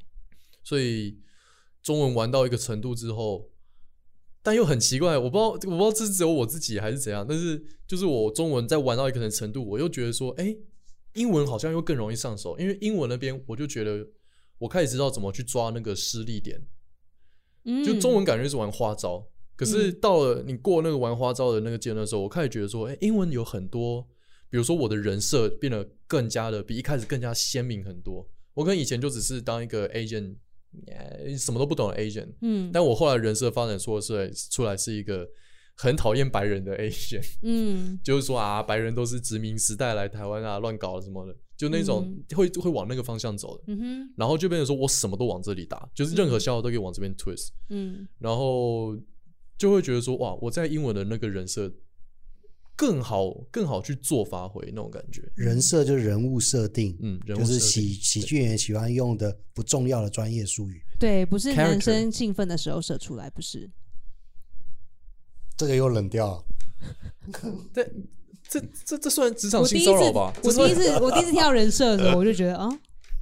S3: 所以中文玩到一个程度之后，但又很奇怪，我不知道我不知道这是只有我自己还是怎样，但是就是我中文在玩到一个程度，我又觉得说，哎、英文好像又更容易上手，因为英文那边我就觉得我开始知道怎么去抓那个失力点，
S1: 嗯
S3: 就中文感觉是玩花招，可是到了你过那个玩花招的那个阶段的时候，我开始觉得说，哎、英文有很多，比如说我的人设变得更加的比一开始更加鲜明很多。我跟以前就只是当一个 agent，呃什么都不懂的 agent，
S1: 嗯，嗯
S3: 但我后来人设发展出来是出来是一个很讨厌白人的 agent，
S1: 嗯
S3: 就是说啊，白人都是殖民时代来台湾啊，乱搞什么的，就那种会、会往那个方向走的。
S1: 嗯哼
S3: 然后就变成说我什么都往这里打，就是任何笑话都可以往这边 twist。
S1: 嗯
S3: 然后就会觉得说，哇，我在英文的那个人设更好，更好去做发挥那种感觉。
S2: 人设就是人物设定，
S3: 嗯，人物
S2: 就是
S3: 设定
S2: 喜喜剧演员喜欢用的不重要的专业术语，
S1: 对，不是男
S3: Character
S1: 生兴奋的时候射出来，不是。
S2: 这个又冷掉了。
S3: 对这这这算职场
S1: 我第
S3: 性
S1: 一
S3: 骚
S1: 次
S3: 扰吧？，
S1: 我
S3: 这
S1: 第
S3: 算
S1: 一次， 我第一次听到人设的时候，我就觉得啊，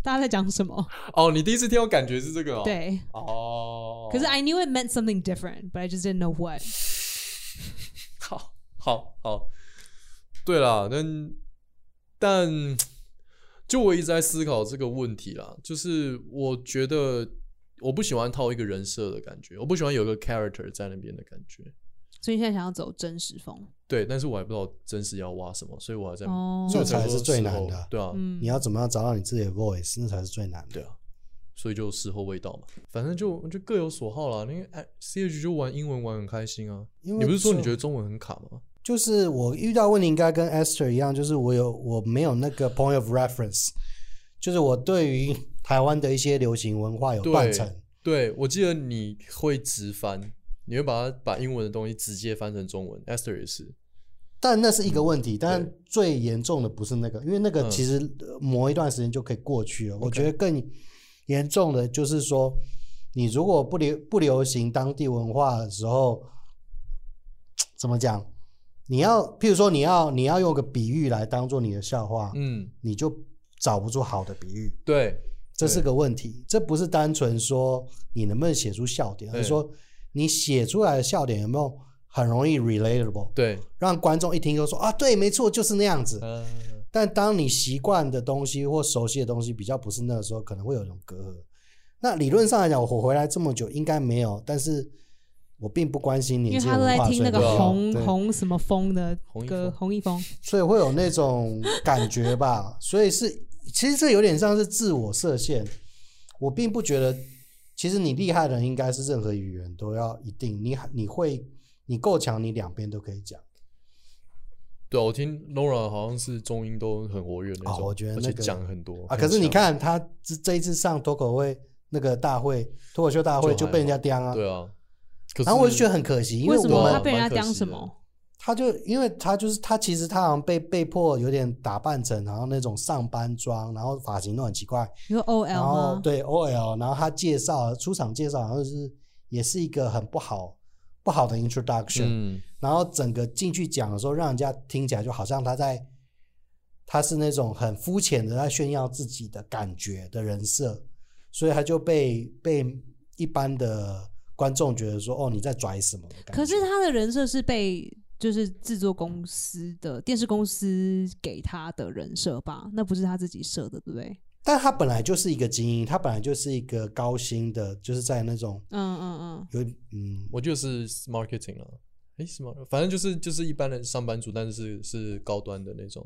S1: 大家在讲什么？
S3: 哦，你第一次听到感觉是这个哦。，
S1: 对，
S3: 哦，
S1: 可是 I knew it meant something different, but I just didn't know what.
S3: 好，好，好，对啦，但但就我一直在思考这个问题啦，就是我觉得我不喜欢套一个人设的感觉，我不喜欢有一个 character 在那边的感觉。
S1: 所以现在想要走真实风
S3: 对，但是我还不知道真实要挖什么，所以我还在，
S1: 哦，
S3: 所以我
S2: 这才
S3: 说
S2: 是最
S3: 事
S2: 难
S3: 后
S2: 的
S3: 对啊，
S1: 嗯
S2: 你要怎么样找到你自己的 voice，那才是最难的。
S3: 对啊，所以就事后未到嘛，反正就就各有所好啦。那个哎，C H 就玩英文玩很开心啊。
S2: 因为
S3: 你不是说你
S2: 就
S3: 觉得中文很卡吗？
S2: 就是我遇到问题应该跟 Esther 一样，就是我有我没有那个 point of reference，就是我对于台湾的一些流行文化有
S3: 对
S2: 断层，
S3: 对，我记得你会直翻，你会把它把英文的东西直接翻成中文。Esther 也是，
S2: 但那是一个问题。但
S3: 嗯对嗯
S2: 最严重的不是那个，因为那个其实呃磨一段时间就可以过去了。我觉得更严重的就是说，你如果不流不流行当地文化的时候，怎么讲？你要
S3: 嗯
S2: 譬如说你要你要用个比喻来当做你的笑话，
S3: 嗯，
S2: 你就找不出好的比喻。
S3: 对，
S2: 这
S3: 对
S2: 是个问题，这不是单纯说你能不能写出笑点，而
S3: 对
S2: 是说你写出来的笑点有没有很容易 relatable，
S3: 对，
S2: 让观众一听就说啊，对，没错，就是那样子。
S3: 呃，
S2: 但当你习惯的东西或熟悉的东西比较不是那个时候，可能会有一种隔阂。那理论上来讲，我回来这么久应该没有，但是我并不关心你
S1: 因为
S2: 这
S1: 他
S2: 文
S1: 都在
S2: 化，
S1: 听那
S2: 所以
S1: 个
S2: 没有
S1: 红
S2: 对
S1: 红什么风的
S3: 红一
S1: 歌，
S3: 峰
S1: 红一峰。
S2: 所以会有那种感觉 吧。所以是，其实这有点像是自我设限。我并不觉得，其实你厉害的人应该是任何语言都要一定，你你会，你够强，你两边都可以讲。
S3: 对啊，我听 Nora 好像是中英都很活跃那
S2: 哦
S3: 种，
S2: 我觉得
S3: 而
S2: 那
S3: 且
S2: 个
S3: 讲很多
S2: 啊，
S3: 很
S2: 可是你
S3: 强，
S2: 看他这这一次上脱口会那个大会，脱口秀大会
S3: 就
S2: 就
S3: 还
S2: 被人家刁啊。
S3: 对啊，可
S2: 然后我就觉得
S3: 很
S2: 很可惜，因
S1: 为
S2: 为
S1: 什
S2: 我
S1: 么
S3: 我
S1: 他
S2: 们
S1: 被人家
S3: 蛮可
S1: 讲
S3: 惜
S1: 什
S3: 的
S1: 么？
S2: 他就因为他就是他，其实他好像被被迫有点打扮成，然后那种上班装，然后发型都很奇怪，
S1: 你说 O
S2: 然
S1: L
S2: 后
S1: 吗？
S2: 对 OL，然后他介绍出场介绍，好像是也是一个很不好不好的 introduction，、
S3: 嗯，
S2: 然后整个进去讲的时候，让人家听起来就好像他在他是那种很肤浅的在炫耀自己的感觉的人设，所以他就被被一般的观众觉得说哦你在拽什么的感觉？
S1: 可是他的人设是被就是制作公司的电视公司给他的人设吧？那不是他自己设的，对不对？
S2: 但他本来就是一个精英，他本来就是一个高薪的，就是在那种
S1: 嗯嗯
S2: 有嗯
S3: 我就是 marketing 啊，诶，什么？反正就是就是一般的上班族，但是是高端的那种。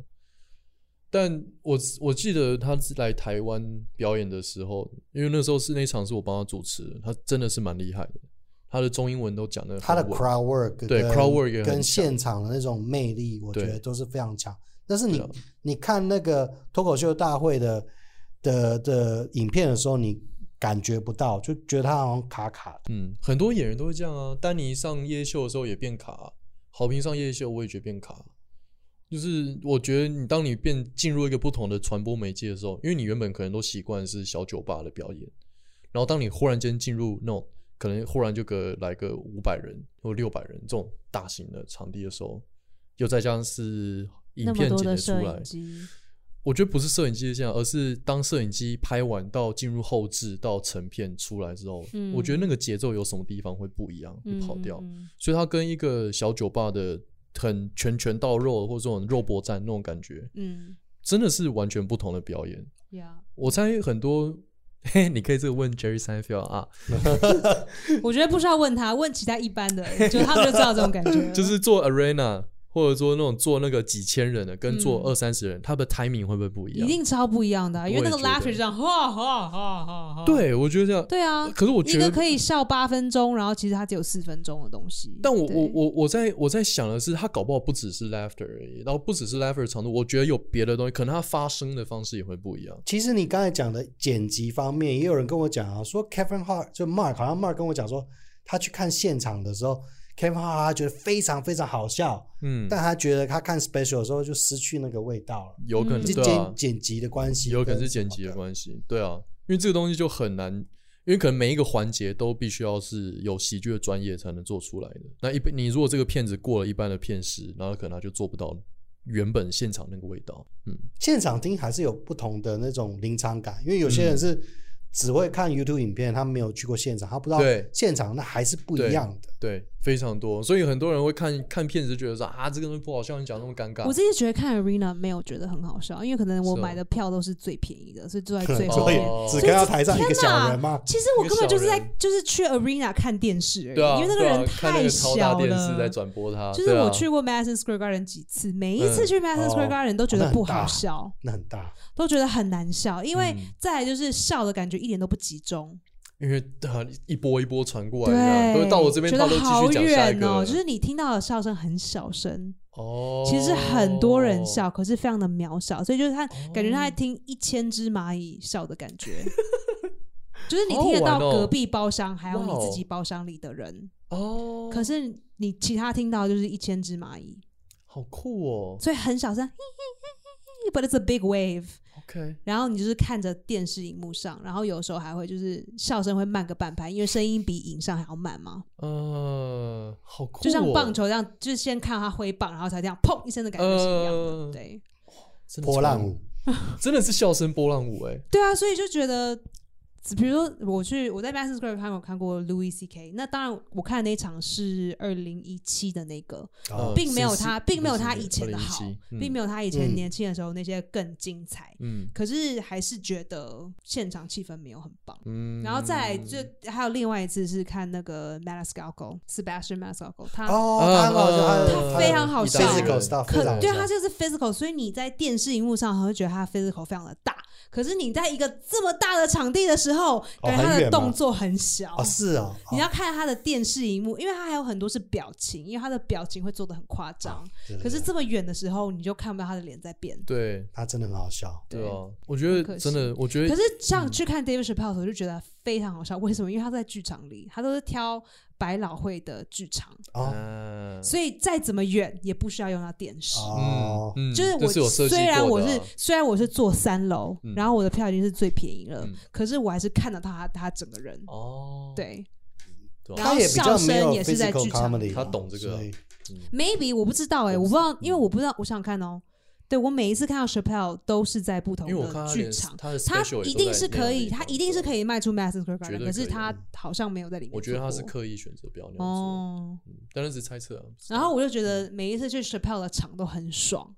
S3: 但我我记得他来台湾表演的时候，因为那时候是那场是我帮他主持的，他真的是蛮厉害的，他的中英文都讲的
S2: 他的 crowd work
S3: 对
S2: 跟
S3: crowd work 也很
S2: 跟
S3: 强
S2: 现场的那种魅力，我觉
S3: 对
S2: 得都是非常强。但是你、
S3: 对啊
S2: 你看那个脱口秀大会的的的影片的时候，你感觉不到，就觉得他好像卡卡的。
S3: 嗯，很多演员都会这样啊。丹尼上夜秀的时候也变卡，好评上夜秀我也觉得变卡。就是我觉得你当你变进入一个不同的传播媒介的时候，因为你原本可能都习惯是小酒吧的表演，然后当你忽然间进入那种可能忽然就个来个五百人或六百人这种大型的场地的时候，又再加上是影
S1: 那么
S3: 片
S1: 多
S3: 剪
S1: 的
S3: 辑出
S1: 摄
S3: 来
S1: 影。机，
S3: 我觉得不是摄影机的现象，而是当摄影机拍完到进入后置到成片出来之后，
S1: 嗯
S3: 我觉得那个节奏有什么地方会不一样，会
S1: 嗯
S3: 跑掉。
S1: 嗯
S3: 所以它跟一个小酒吧的很拳拳到肉或者这种肉搏战那种感觉，
S1: 嗯，
S3: 真的是完全不同的表演。
S1: 呀、
S3: 我猜很多， 嘿，你可以这个问 Jerry Seinfeld 啊，
S1: 嗯 yeah. 我觉得不需要问他，问其他一般的，就他们就知道这种 感觉了，
S3: 就是做 arena 或者说那种做那个几千人的，跟做
S1: 嗯
S3: 二三十人，他的 timing 会不会不一
S1: 一
S3: 样？
S1: 定超不一样的啊、因为
S3: 我也
S1: 那个
S3: 觉得
S1: laughter 就这样，哈哈哈哈哈，
S3: 对，我觉得这样。
S1: 对啊，
S3: 可是我
S1: 一
S3: 觉
S1: 个
S3: 得
S1: 可以笑八分钟，然后其实它只有四分钟的东西。
S3: 但我
S1: 对
S3: 我我我在我在想的是，他搞不好不只是 laughter 而已，然后不只是 laughter 长度，我觉得有别的东西，可能他发声的方式也会不一样。
S2: 其实你刚才讲的剪辑方面，也有人跟我讲啊，说 Kevin Hart 就 Mark 好像 Mark 跟我讲说，他去看现场的时候，Kevin Hart 他觉得非常非常好笑，
S3: 嗯，
S2: 但他觉得他看 special 的时候就失去那个味道了，
S3: 有可能
S1: 嗯
S2: 是
S3: 对
S2: 剪、
S3: 啊，
S2: 剪辑的关系，哦
S3: 有可能是剪辑的关系，对啊，因为这个东西就很难，因为可能每一个环节都必须要是有喜剧的专业才能做出来的。那一你如果这个片子过了一般的片时，然后可能他就做不到原本现场那个味道。嗯，
S2: 现场听还是有不同的那种临场感，因为有
S3: 嗯
S2: 些人是只会看 YouTube 影片，他没有去过现场，他不知道
S3: 对
S2: 现场那还是不
S3: 对
S2: 一样的。
S3: 对，非常多，所以很多人会看看片子就觉得说啊，这个东西不好笑，你讲那么尴尬。
S1: 我自己觉得看 Arena 没有觉得很好笑，因为可能我
S3: 是哦
S1: 买的票都是最便宜的，所以 坐在 哎最后
S2: 所以
S1: 面。
S3: 哦
S2: 只看到台上一个小人嘛，
S1: 其实我根本就是在就是去 Arena 看电视而已，
S3: 对啊，
S1: 因为那个
S3: 对啊
S1: 人
S3: 看那
S1: 太
S3: 个超大
S1: 小
S3: 电视
S1: 了。
S3: 在转播它，
S1: 就是
S3: 对啊嗯
S1: 我去过 Madison Square Garden 几次，每一次去 Madison
S2: 哦
S1: Square Garden 都觉得
S2: 那很
S1: 不好
S2: 大
S1: 笑，
S2: 那很大。
S1: 都觉得很难笑，因为
S3: 嗯
S1: 再来就是笑的感觉一点都不集中。
S3: 因为啊一波一波传过来这
S1: 对，
S3: 样，都会到我这边，
S1: 觉
S3: 他
S1: 得
S3: 都继
S1: 好
S3: 续讲下一
S1: 远
S3: 个
S1: 哦，
S3: 了，
S1: 就是你听到的笑声很小声，
S3: 哦，
S1: 其实很多人笑，可是非常的渺小，所以就是他感觉他在听一千只蚂蚁笑的感 觉，就是你听得
S3: 好好
S1: 到
S3: 玩哦
S1: 隔壁包厢还有
S3: 哇哦
S1: 你自己包厢里的人，
S3: 哦，
S1: 可是你其他听到就是一千只蚂蚁，
S3: 好酷哦
S1: 所以很小声嘿 嘿嘿嘿，but it's a big wave。
S3: ，OK，
S1: 然后你就是看着电视荧幕上，然后有时候还会就是笑声会慢个半拍，因为声音比影像还要慢嘛。
S3: 呃，好酷哦，
S1: 就像棒球这样，就是先看他挥棒，然后才这样砰一声的感觉是一样的。
S3: 呃
S1: 对
S3: 真的是
S2: 波浪舞，
S3: 真的是笑声波浪舞哎，
S1: 对啊，所以就觉得，只比如说我去我在 Madison Square 看过看过 Louis C K，那当然我看的那一场是二零一七的那个，
S2: 哦
S3: 呃
S1: 并没有他，
S3: 是
S1: 并没有他以前的
S3: 2017
S1: 好，
S3: 嗯
S1: 并没有他以前
S2: 嗯
S1: 年轻的时候那些更精彩。
S3: 嗯
S1: 可是还是觉得现场气氛没有很棒。
S3: 嗯，
S1: 然后再来就还有另外一次是看那个 Maniscalco Sebastian Maniscalco，他
S2: 哦，
S3: 啊
S2: 他好像
S3: 啊
S1: 他非常好笑
S3: 意大利人
S2: physical stuff，
S1: 可
S2: 非常
S1: 对
S2: 好
S1: 它就是 physical，所以你在电视荧幕上还会觉得它 physical 非常的大，可是你在一个这么大的场地的时候，感觉它
S2: 哦很
S1: 的
S2: 远吗
S1: 动作很小。
S2: 哦，是哦，哦
S1: 你要看它的电视荧幕，因为它还有很多是表情，因为它的表情会做的很夸张。
S2: 哦对对
S1: 可是
S2: 对
S1: 这么远的时候，你就看不到它的脸在变。
S3: 对
S2: 他真的很好笑，
S3: 对啊，我觉
S1: 可
S3: 得
S1: 惜
S3: 真的，我觉
S1: 可
S3: 得
S1: 是像去看 David Chappelle 的时候，就觉得非常好笑。为什么？因为他在剧场里，他都是挑百老汇的剧场，
S2: 哦
S3: 啊
S1: 所以再怎么远也不需要用到电视。
S2: 哦，
S3: 嗯，
S1: 就是
S3: 这是有
S1: 我
S3: 设计
S1: 虽然
S3: 过
S1: 我
S3: 的啊
S1: 是虽然我是坐三楼
S3: 嗯，
S1: 然后我的票已经是最便宜了
S3: 嗯，
S1: 可是我还是看得到他他整个人，
S3: 哦，
S1: 呃对
S3: 对
S1: 然
S3: 啊，
S1: 后
S2: 他也比
S1: 笑
S2: 较没
S1: 声
S2: 有
S1: 也是在
S2: physical
S1: 剧场
S2: comedy，
S3: 他懂这个啊
S2: 所以
S1: ，maybe 我不知道哎，
S3: 我
S1: 我
S3: 不
S1: 不
S3: 知
S1: 知道，因为我不知道，我想想看哦，对我每一次看到 Chappelle 都是在不同
S3: 因为我看
S1: 的
S3: 他
S1: 剧
S3: 连
S1: 场。
S3: 他的
S1: 他
S3: special 也
S1: 一
S3: 都
S1: 定
S3: 在
S1: 是
S3: 那样
S1: 可
S3: 的
S1: 以，
S3: 地
S1: 他
S3: 方
S1: 一定是
S3: 做
S1: 可以卖出 Madison Square
S3: 绝
S1: Garden，
S3: 对
S1: 可是
S3: 可以
S1: 他好像没有在里面做过。
S3: 我觉得他是刻意选择不要那样做，
S1: 哦，
S3: 嗯当然只是猜测啊。不知道
S1: 然后我就觉得
S2: 嗯
S1: 每一次去 Chappelle 的场都很爽，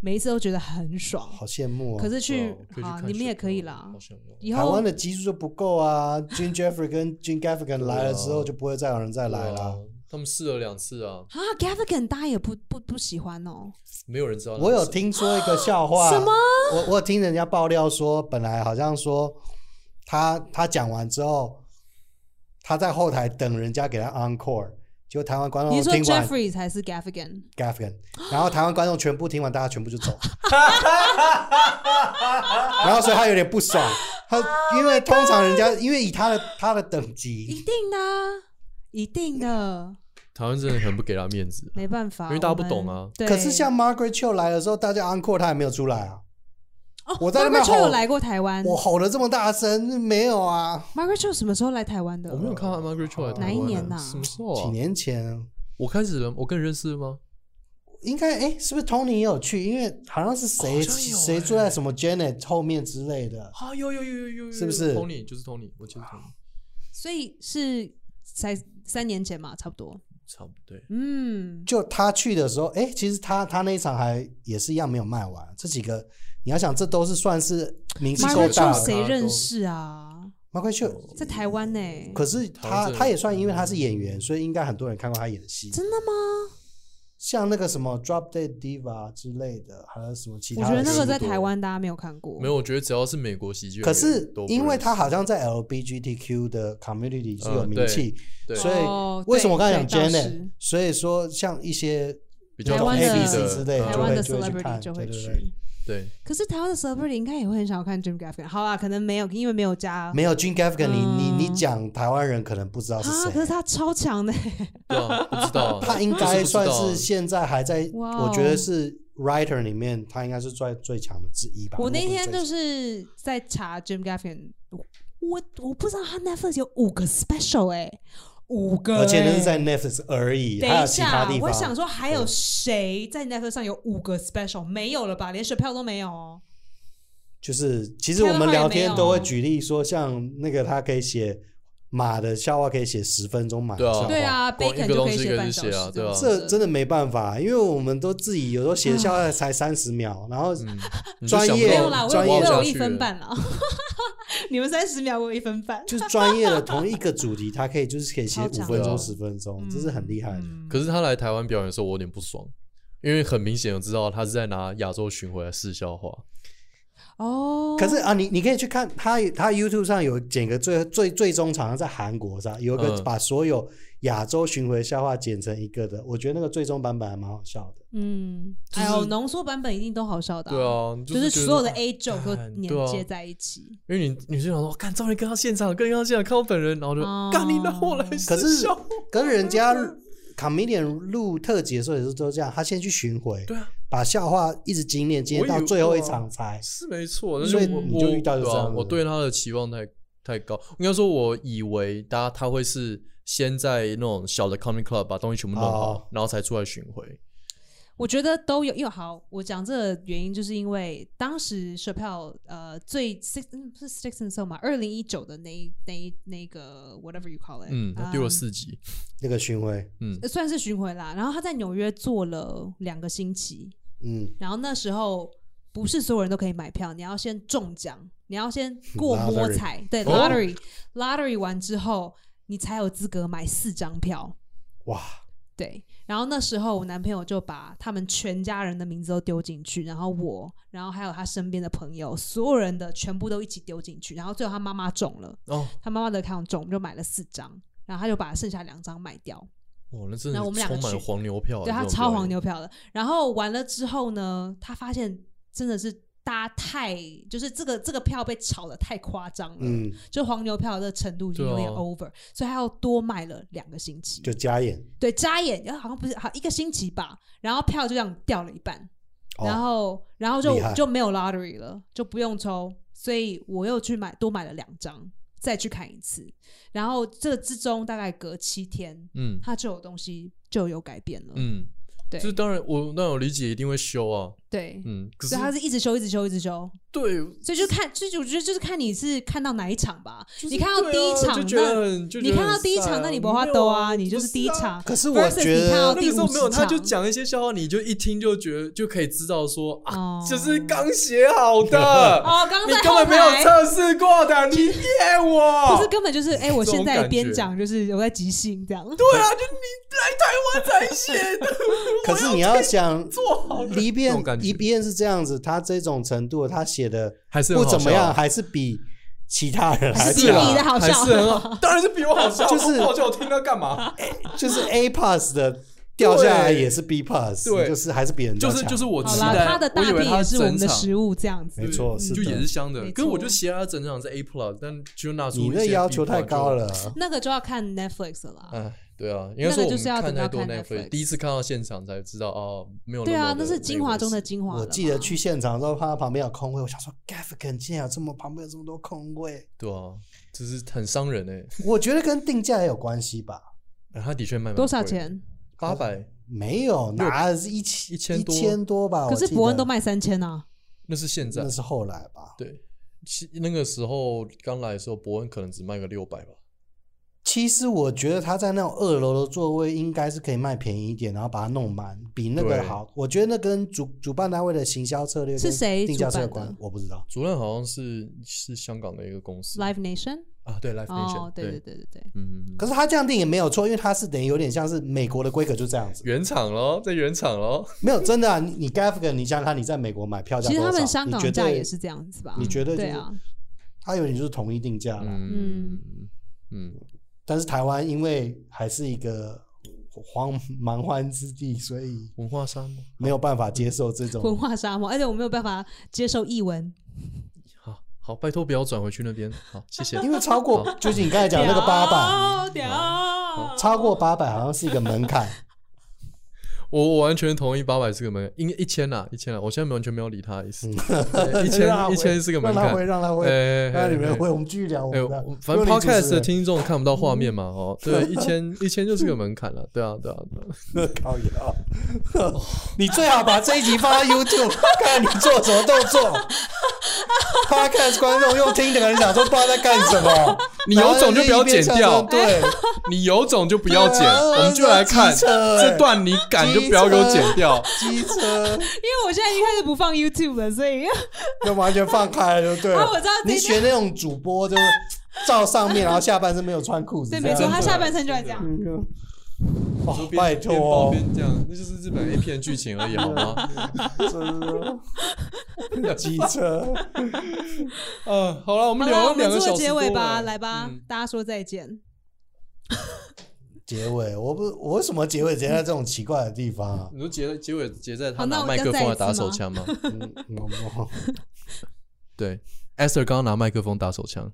S1: 每一次都觉得很爽。
S2: 好羡慕哦。
S1: 可是
S3: 对
S1: 去
S3: 啊我可以去
S1: 好，
S3: 看
S1: 你们也可以
S3: Chappelle，
S1: 啦
S3: 好。想要
S1: 以
S2: 台
S1: 后
S2: 湾的基数就不够啊，Jim Jeffrey 跟 Jim Gaffigan 来了之后，就不会再有人再来
S3: 对啊
S2: 了。
S3: 他们试了两次啊，
S1: 啊，Gaffigan 大家也不不不喜欢哦。
S3: 没有人知道。
S2: 我有，听说一个笑话，
S1: 什么？
S2: 我我有听人家爆料说，本来好像说他他讲完之后，他在后台等人家给他 encore，结果台湾观众
S1: 你说
S2: 哦听完
S1: Jeffrey 才是 Gaffigan？
S2: Gaffigan，然后台湾观众全部听完，大家全部 就走，然后所以他有点不爽，他因为通常人家因为以他的他的等
S1: 一
S2: 级，
S1: 定的啊，一定的，。
S3: 台湾真的很不给他面子
S1: 没办法，
S3: 因为大家不
S1: 我们
S3: 懂啊。
S1: 对，
S2: 可是像 Margaret Cho 来的时候，大家 encore 他也没有出来啊，
S1: 哦，
S2: 我在那边
S1: Margaret Cho 有
S2: 吼
S1: 来过台湾
S2: 我吼的这么大声，没有啊，
S1: ，Margaret Cho 什么时候来台湾的
S3: 我？没有看到啊 Margaret Cho 来台湾啊
S1: 哪一年呐
S3: 什么时候
S2: 几
S3: 啊？
S2: 年前。
S3: 我开始了，我跟你认识了吗？
S2: 应该哎、是不是 Tony 也有去？因为好像是谁
S3: 好像有
S2: 谁
S3: 哎
S2: 坐在什么 Janet 后面之类的。
S3: 啊，有有有有有有，
S2: 是不是
S3: Tony 就是 Tony，我就是 Tony，
S1: 所以是才三年前嘛，差不多。
S3: 差不多对。
S1: 嗯，
S2: 就他去的时候，哎、其实他他那一场还也是一样没有卖完。这几个你要想，这都是算是名气
S1: m a r
S2: 够
S1: i
S2: 大
S1: Joe
S2: 的。
S1: 谁认识啊？
S2: 马奎秀，
S3: 哦
S1: 在台湾呢、
S2: 可是
S3: 台湾
S2: 他
S3: 这个
S2: 他也算，因为他是演员，所以应该很多人看过他演的戏。
S1: 真的吗？
S2: 像那个什么 Drop Dead Diva 之类的，还有什么其
S1: 我
S2: 他
S1: 觉得
S2: 的
S1: 那
S2: 戏
S1: 个在
S3: 多
S1: 台湾大家没有看过，
S3: 没有，我觉得只要是美国喜剧演
S2: 可
S3: 员
S2: 是
S3: 都不认识，
S2: 因为他好像在 LBGTQ 的 community 是有
S3: 嗯
S2: 名
S3: 对
S2: 气，
S3: 对
S2: 所
S1: 哦
S2: 以为什么我刚才讲
S1: 对对倒
S2: Janet？
S1: 是
S2: 所以说像一些
S3: 比较
S1: 台湾
S3: 懂
S1: 的
S3: ABC
S2: 之类的
S3: 嗯
S1: 台湾的
S2: 就会就会去
S1: celebrity
S2: 看
S1: 就会
S2: 对对
S1: 去。
S2: 对
S3: 对
S1: 可是台湾的 celebrity 应该也会很想要看 Jim Gaffigan。好啦，可能没有，因为没有加
S2: 没有 Jim Gaffigan，你你你
S1: 嗯
S2: 讲台湾人可能不知道是
S1: 啊。可
S2: 谁
S1: 是，他超强 的、
S3: 对啊，不知道啊
S2: 他应
S3: 就是
S2: 该
S3: 不知
S2: 算
S3: 道
S2: 是现在还在，
S1: 哇哦
S2: 我觉得是 writer 里面他应该是最最强的之一吧。
S1: 我
S2: 如果
S1: 那
S2: 不
S1: 天
S2: 最
S1: 就
S2: 强
S1: 是在查 Jim Gaffigan，我我不知道他 Netflix 有五个 special 哎、五个、欸
S2: 而且那是在 Netflix 而已，还
S1: 等
S2: 有
S1: 一
S2: 其他
S1: 下
S2: 地，
S1: 我
S2: 方。
S1: 想说还有谁在 Netflix 上有五个 special？没有了吧？连选票都没有哦。
S2: 就是其实我们聊天都会举例说，像那个他可以写马的笑话，可以写十分钟马的
S3: 对啊
S2: 笑话。
S1: 对啊
S3: 光一
S1: ，Bacon
S3: 个
S1: 就
S3: 东
S1: 可以
S3: 西
S1: 写
S3: 可以
S1: 半小
S3: 写
S1: 时
S3: 啊对啊
S2: 这真的没办法，因为我们都自己有时候写笑话才三十
S3: 嗯
S2: 秒，然后
S3: 你就
S2: 专
S3: 想不
S2: 业
S1: 没
S3: 到
S1: 有啦，我有
S2: 专业
S1: 我
S3: 下
S1: 有
S3: 去
S1: 一分
S3: 了
S1: 半了。 你们三十秒，我有一分半。
S2: 就是专业的同一个主题，他可以就是可以写
S1: 超
S2: 五
S1: 长
S2: 分钟、
S3: 的
S2: 十分钟，这是很厉害的。
S1: 嗯
S3: 可是他来台湾表演的时候，我有点不爽，因为很明显我知道他是在拿亚洲巡回来试笑话。
S1: 哦，
S2: 可是啊，你你可以去看他，他 YouTube 上有剪个最最最终场在韩国上有一个
S3: 嗯
S2: 把所有亚洲巡回笑话剪成一个的，我觉得那个最终版本还蛮好笑的。
S1: 嗯，
S3: 就是
S1: 哎呦，浓缩版本一定都好笑的、
S3: 对，啊，
S1: 就是是
S3: 觉得
S1: 所有的 A joke 都
S3: 干对
S1: 连
S3: 啊
S1: 接在一起。
S3: 因为你你就想说，哦干，终于跟他现场，跟他现场看我本人，然后就
S1: 哦
S3: 干你拿我来
S2: 可是
S3: 试笑。
S2: 可是人家
S3: 嗯
S2: comedian 录特辑的时候也是都这样，他先去巡回，
S3: 对啊，
S2: 把笑话一直精炼，精炼
S3: 我以
S2: 到
S3: 为啊
S2: 最后一场才。
S3: 是没错，但是
S2: 所以
S3: 我
S2: 你就
S3: 我
S2: 遇到就
S3: 对啊
S2: 这样子
S3: 我对他的期望太太高，应该说我以为他他会是先在那种小的 comedy club 把东西全部弄好，
S2: 哦
S3: 然后才出来巡回。
S1: 我觉得都有，又好。我讲这个原因，就是因为当时 s h a p e l 呃最 six 嗯不是 six and so 嘛，二零一九的那一那一那个 whatever you call it，
S3: 嗯，他丢了
S1: 嗯
S3: 四集，
S2: 那个巡回，
S3: 嗯，
S1: 呃算是巡回啦。然后他在纽约做了两个星期，
S2: 嗯，
S1: 然后那时候不是所有人都可以买票，你要先中奖，你要先过
S2: Lottery
S1: 摸彩，对
S3: 哦
S1: lottery、lottery 完之后，你才有资格买四张票。
S2: 哇，
S1: 对，然后那时候我男朋友就把他们全家人的名字都丢进去，然后我，然后还有他身边的朋友，所有人的全部都一起丢进去，然后最后他妈妈中了，
S3: 哦
S1: 他妈妈的 account 中，我们就买了四张，然后他就把剩下两张卖掉。
S3: 哦，那真的
S1: 然后我们
S3: 是
S1: 两个
S3: 充满
S1: 去
S3: 黄牛
S2: 哦
S3: 票啊，
S1: 对他
S3: 这种
S1: 超
S3: 表
S1: 黄
S3: 演，
S1: 牛票的。然后完了之后呢，他发现真的是大家太就是这个这个票被炒的太夸张了，
S2: 嗯，
S1: 就黄牛票的程度已经有点
S3: 对啊
S1: over，、所以他要多卖了两个星期
S2: 就。加演，
S1: 对，加演呃好像不是好一个星期吧，然后票就这样掉了一半，然
S2: 哦，
S1: 后然后就
S2: 厉害
S1: 就没有 lottery 了，就不用抽，所以我又去买多买了两张。再去看一次，然后这之中大概隔七天，
S3: 嗯
S1: 它就有东西就有改变了。
S3: 嗯，
S1: 对
S3: 就是当然我那我理解一定会修啊，
S1: 对，
S3: 嗯，可是
S1: 所以他是一直修，一直修，一直修，
S3: 对，
S1: 所以就看，就是我觉得就是看你是看到哪一场吧。你看到
S3: 对
S1: 第一
S3: 啊
S1: 场，
S3: 就觉得
S1: 那
S3: 很就
S1: 你
S3: 觉得
S1: 看到
S3: 很
S1: 第一
S3: 晒
S1: 场，
S3: 啊
S1: 那你不话
S3: 没有
S1: 兜
S3: 啊，
S1: 你就是
S3: 不
S1: 第一
S3: 啊
S1: 场。
S2: 可是我
S1: versus
S2: 觉
S1: 你看到
S2: 得
S1: 第
S3: 那个时候
S1: 50
S3: 没有，他就
S1: 场
S3: 讲一些笑话，你就一听就觉得就可以知道说啊
S1: 哦，
S3: 这是刚写好 的，
S1: 哦，刚刚
S3: 你
S1: 在
S3: 根
S1: 后
S3: 本没有
S1: 台，
S3: 测试过的，你骗我！
S1: 不是根本就是哎，我
S3: 这种
S1: 现在
S3: 感
S1: 边
S3: 觉
S1: 讲就是我在即兴这样。
S3: 对啊，就你来台湾才写的，
S2: 可是你要想，
S3: 做好
S2: 离
S3: 这
S2: 变
S3: 种感觉
S2: 离变是这样子，他这种程度，他写的
S3: 还是很
S2: 不
S3: 好
S2: 怎么
S3: 笑啊
S2: 样，还是比其他人
S1: 还
S2: 还
S1: 是
S2: 强
S1: 比你的好
S3: 还
S1: 笑
S3: 是很好，当然是比我好笑，
S2: 就是
S3: 好笑，我听他干嘛？
S2: 就是 A pass 的掉下来也是 B pass，
S3: 对
S2: 就是还是比人家
S3: 就是
S2: 强
S3: 就是我
S1: 好
S3: 期
S1: 啦，
S3: 待，
S1: 他的
S3: 我
S1: 大
S3: 以为
S1: 便
S3: 他
S1: 也是我们的
S3: 整场
S1: 食物这样子
S2: 没。错，是
S3: 嗯就也
S2: 的
S3: 是，香的。
S1: 没
S3: 可是我
S1: 错
S3: 就写他整场是 A plus，但啊就拿出
S2: 你
S3: 一
S2: 那
S3: 些
S2: 要
S3: B
S2: 求
S3: plus
S2: 太
S3: 就
S2: 高。了。
S1: 那个就要看 Netflix 了
S2: 嗯
S1: 啦。
S3: 哎，对啊，应该说
S1: 那个
S3: 我
S1: 就
S3: 们
S1: 是要
S3: 看
S1: 等
S3: 太
S1: 到
S3: 多
S1: 看
S3: Netflix，
S1: Netflix
S3: 第一次看到现场才知道哦，没有么
S1: 对啊，
S3: 的
S1: 那是精华中的精华了
S2: 我
S1: 嘛。
S2: 记得去现场之后，看到旁边有空位，我想说 Gaffigan 竟然有这么旁边有这么多空位，
S3: 对啊，就是很伤人哎、
S2: 我觉得跟定价也有关系吧。
S3: 哎他的确卖蛮
S1: 多少钱？
S3: 八百
S2: 没有
S3: 六
S2: 拿是一千
S3: 一千多
S2: 一千多吧？
S1: 可
S2: 啊我
S1: 是
S2: 记
S1: 伯恩都
S2: 得
S1: 卖三千啊，
S3: 那是现在
S2: 那，是后来吧？
S3: 对，其那个时候刚来的时候，伯恩可能只卖个六百吧。
S2: 其实我觉得他在那种二楼的座位应该是可以卖便宜一点，然后把它弄满，比那个
S3: 对
S2: 好。我觉得那跟主主办单位的行销策略
S1: 是
S2: 跟
S1: 谁
S2: 定价
S1: 主
S2: 策
S1: 办
S2: 略
S1: 的
S2: 关，我不知道。
S3: 主任好像是是香港的一个公司
S1: Live Nation。
S3: 啊，对 Life Nation，、
S1: 哦，对对对对对，
S3: 嗯，嗯
S2: 可是他这样定也没有错，因为他是等于有点像是美国的规格就这样子，
S3: 原厂咯，在原厂咯，
S2: 没有真的啊！你你 g a f g a 你想想看，你在美国买票价
S1: 其实
S2: 多
S1: 他们
S2: 少
S1: 香
S2: 你
S1: 港
S2: 绝
S1: 价
S2: 对
S1: 也是这样子吧？
S2: 你绝对就
S1: 对
S2: 是
S1: 啊，
S2: 它有点就是统一定价了。
S3: 嗯嗯，
S2: 但是台湾因为还是一个荒蛮荒之地，所以
S3: 文化沙漠
S2: 没有办法接受这
S1: 文
S2: 种。
S1: 化沙漠，而且我没有办法接受译文，
S3: 好好，拜托不要转回去那边，好，谢谢。
S2: 因为超过， 就是你刚才讲那个八百，嗯
S1: 屌屌，
S2: 超过八百好像是一个门槛。
S3: 我我完全同意，八百是个门槛，应该一千啦，一千啦，我现在完全没有理他的 意思，对一
S2: 让他
S3: 千
S2: 回
S3: 一千是个门
S2: 让他
S3: 槛
S2: 回，，让他回，
S3: 哎
S2: 让你们
S3: 哎
S2: 回，我们继续聊我
S3: 哎
S2: 们的
S3: 我。反
S2: 如
S3: 正
S2: 果你主持人
S3: podcast 的听众看不到画面嘛， 哦，对，一千一千就是个门槛了，对啊，对啊，对啊
S2: 靠腰，你最好把这一集放到 YouTube，看你做什么动作。Podcast 观众又听的人想说，不知道在干什么。
S3: 你有种就不要剪掉
S2: 然后在那边一边唱歌对，
S3: 你有种就不要剪，
S2: 对啊
S3: 我们就来看
S2: 机车
S3: 这段，你敢就不要给我剪掉。
S2: 机车
S1: 因为我现在已经开始不放 YouTube 了，所以
S2: 就完全放开了，就对了。
S1: 啊我知道这
S2: 你选那种主播就是照上面，然后下半身没有穿裤子。
S1: 对，
S2: 啊
S1: 没
S2: 这
S1: 错，
S2: 样
S1: 他下半身就在这样。
S2: 哦
S3: 边，
S2: 拜
S3: 边抱
S2: 托，
S3: 边这样，那就是日本 A 片剧情而已，好吗？
S2: 真的 机车。
S3: 嗯，好了，我
S1: 我
S3: 们聊了两个
S1: 做
S3: 小时
S1: 结尾
S3: 多
S1: 吧，
S3: 了
S1: 来吧
S3: 嗯，
S1: 大家说再 见。
S2: 结尾，我不，我为什么结尾结在这种奇怪的地方啊？
S3: 你说结结尾结在他
S1: 好哦那
S3: 拿
S1: 我
S3: 麦
S1: 要
S3: 克
S1: 再
S3: 风
S1: 一
S3: 来
S1: 次
S3: 打
S1: 吗
S3: 手枪吗？
S2: 嗯，我 我
S3: 对，Esther 刚刚拿麦克风打手枪，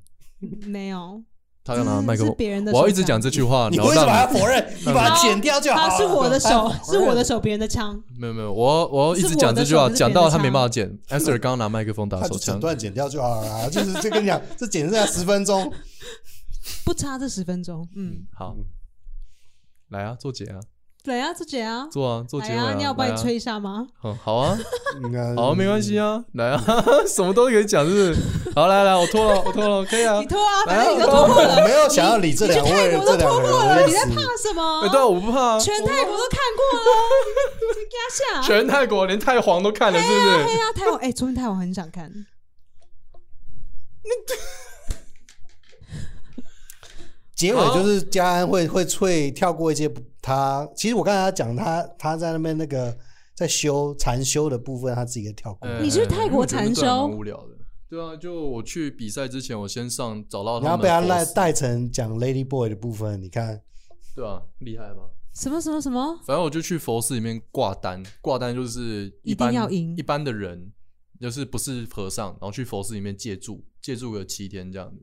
S1: 没有，嗯
S3: 他刚拿麦
S1: 这是
S3: 克风
S1: 是别人的，手
S3: 我要一直讲
S1: 枪
S3: 这句话，
S2: 你
S3: 然后
S2: 为什么要
S3: 让
S2: 否认？你把它剪掉就好
S1: 好，
S2: 了。
S1: 是我的
S2: 哎
S1: 手，是我的
S2: 手。
S1: 手，别人的枪。
S3: 没有没有，我要我要一直
S1: 是我
S3: 讲
S1: 的
S3: 这句
S1: 手
S3: 话，
S1: 不是
S3: 讲
S1: 别人
S3: 到
S1: 的
S3: 他没
S1: 枪
S3: 办法剪。Esther 刚刚拿麦克风打
S2: 他
S3: 手
S2: 就
S3: 枪
S2: 整，段剪掉就好了啊， 就是就跟你讲，这剪剩下十分钟，
S1: 不差这十分钟，嗯，
S3: 好，来啊，做结啊，
S1: 来啊，自己啊，
S3: 做啊，做结
S1: 来
S3: 尾啊，
S1: 啊，你要帮
S3: 来
S1: 你
S3: 啊
S1: 吹一下吗？
S3: 嗯，好啊，
S2: 嗯
S3: 好，没关系啊，来啊， 什么都可以讲，是不 是？好，来来，我脱了，我脱了，可以啊
S1: 你。脱啊，
S3: 来
S1: 反正你
S3: 啊
S1: 都脱货
S2: 我
S1: 了，
S2: 没有想要理这两位
S1: 你去泰国
S2: 这
S1: 都
S2: 两
S1: 脱
S2: 个
S1: 货
S2: 人
S1: 了，
S2: 的
S1: 你
S2: 意
S1: 在
S2: 思。
S1: 怕什么？
S3: 哎，对啊，我不怕啊，
S1: 全泰国都看 过了，压下。
S3: 全泰国连泰皇都看了，是不
S1: 对
S3: 是？
S1: 啊，泰国哎，昨天泰国很想看，
S2: 结尾就是嘉安会会脆跳过一些不他，其实我刚才讲他他在那边那个在修禅修的部分，他自己也跳过。
S3: 哎
S1: 你去泰国
S3: 我觉得那
S1: 禅
S3: 段
S1: 修
S3: 蛮无聊的。对啊，就我去比赛之前，我先上找到他们的
S2: 然后被他
S3: boss
S2: 带带成讲 Lady Boy 的部分，你看
S3: 对啊，厉害吧？
S1: 什么什么什么，
S3: 反正我就去佛寺里面挂单，挂单就是
S1: 一定
S3: 般
S1: 要赢
S3: 一般的人，就是不是和尚，然后去佛寺里面借住，借住个七天这样子，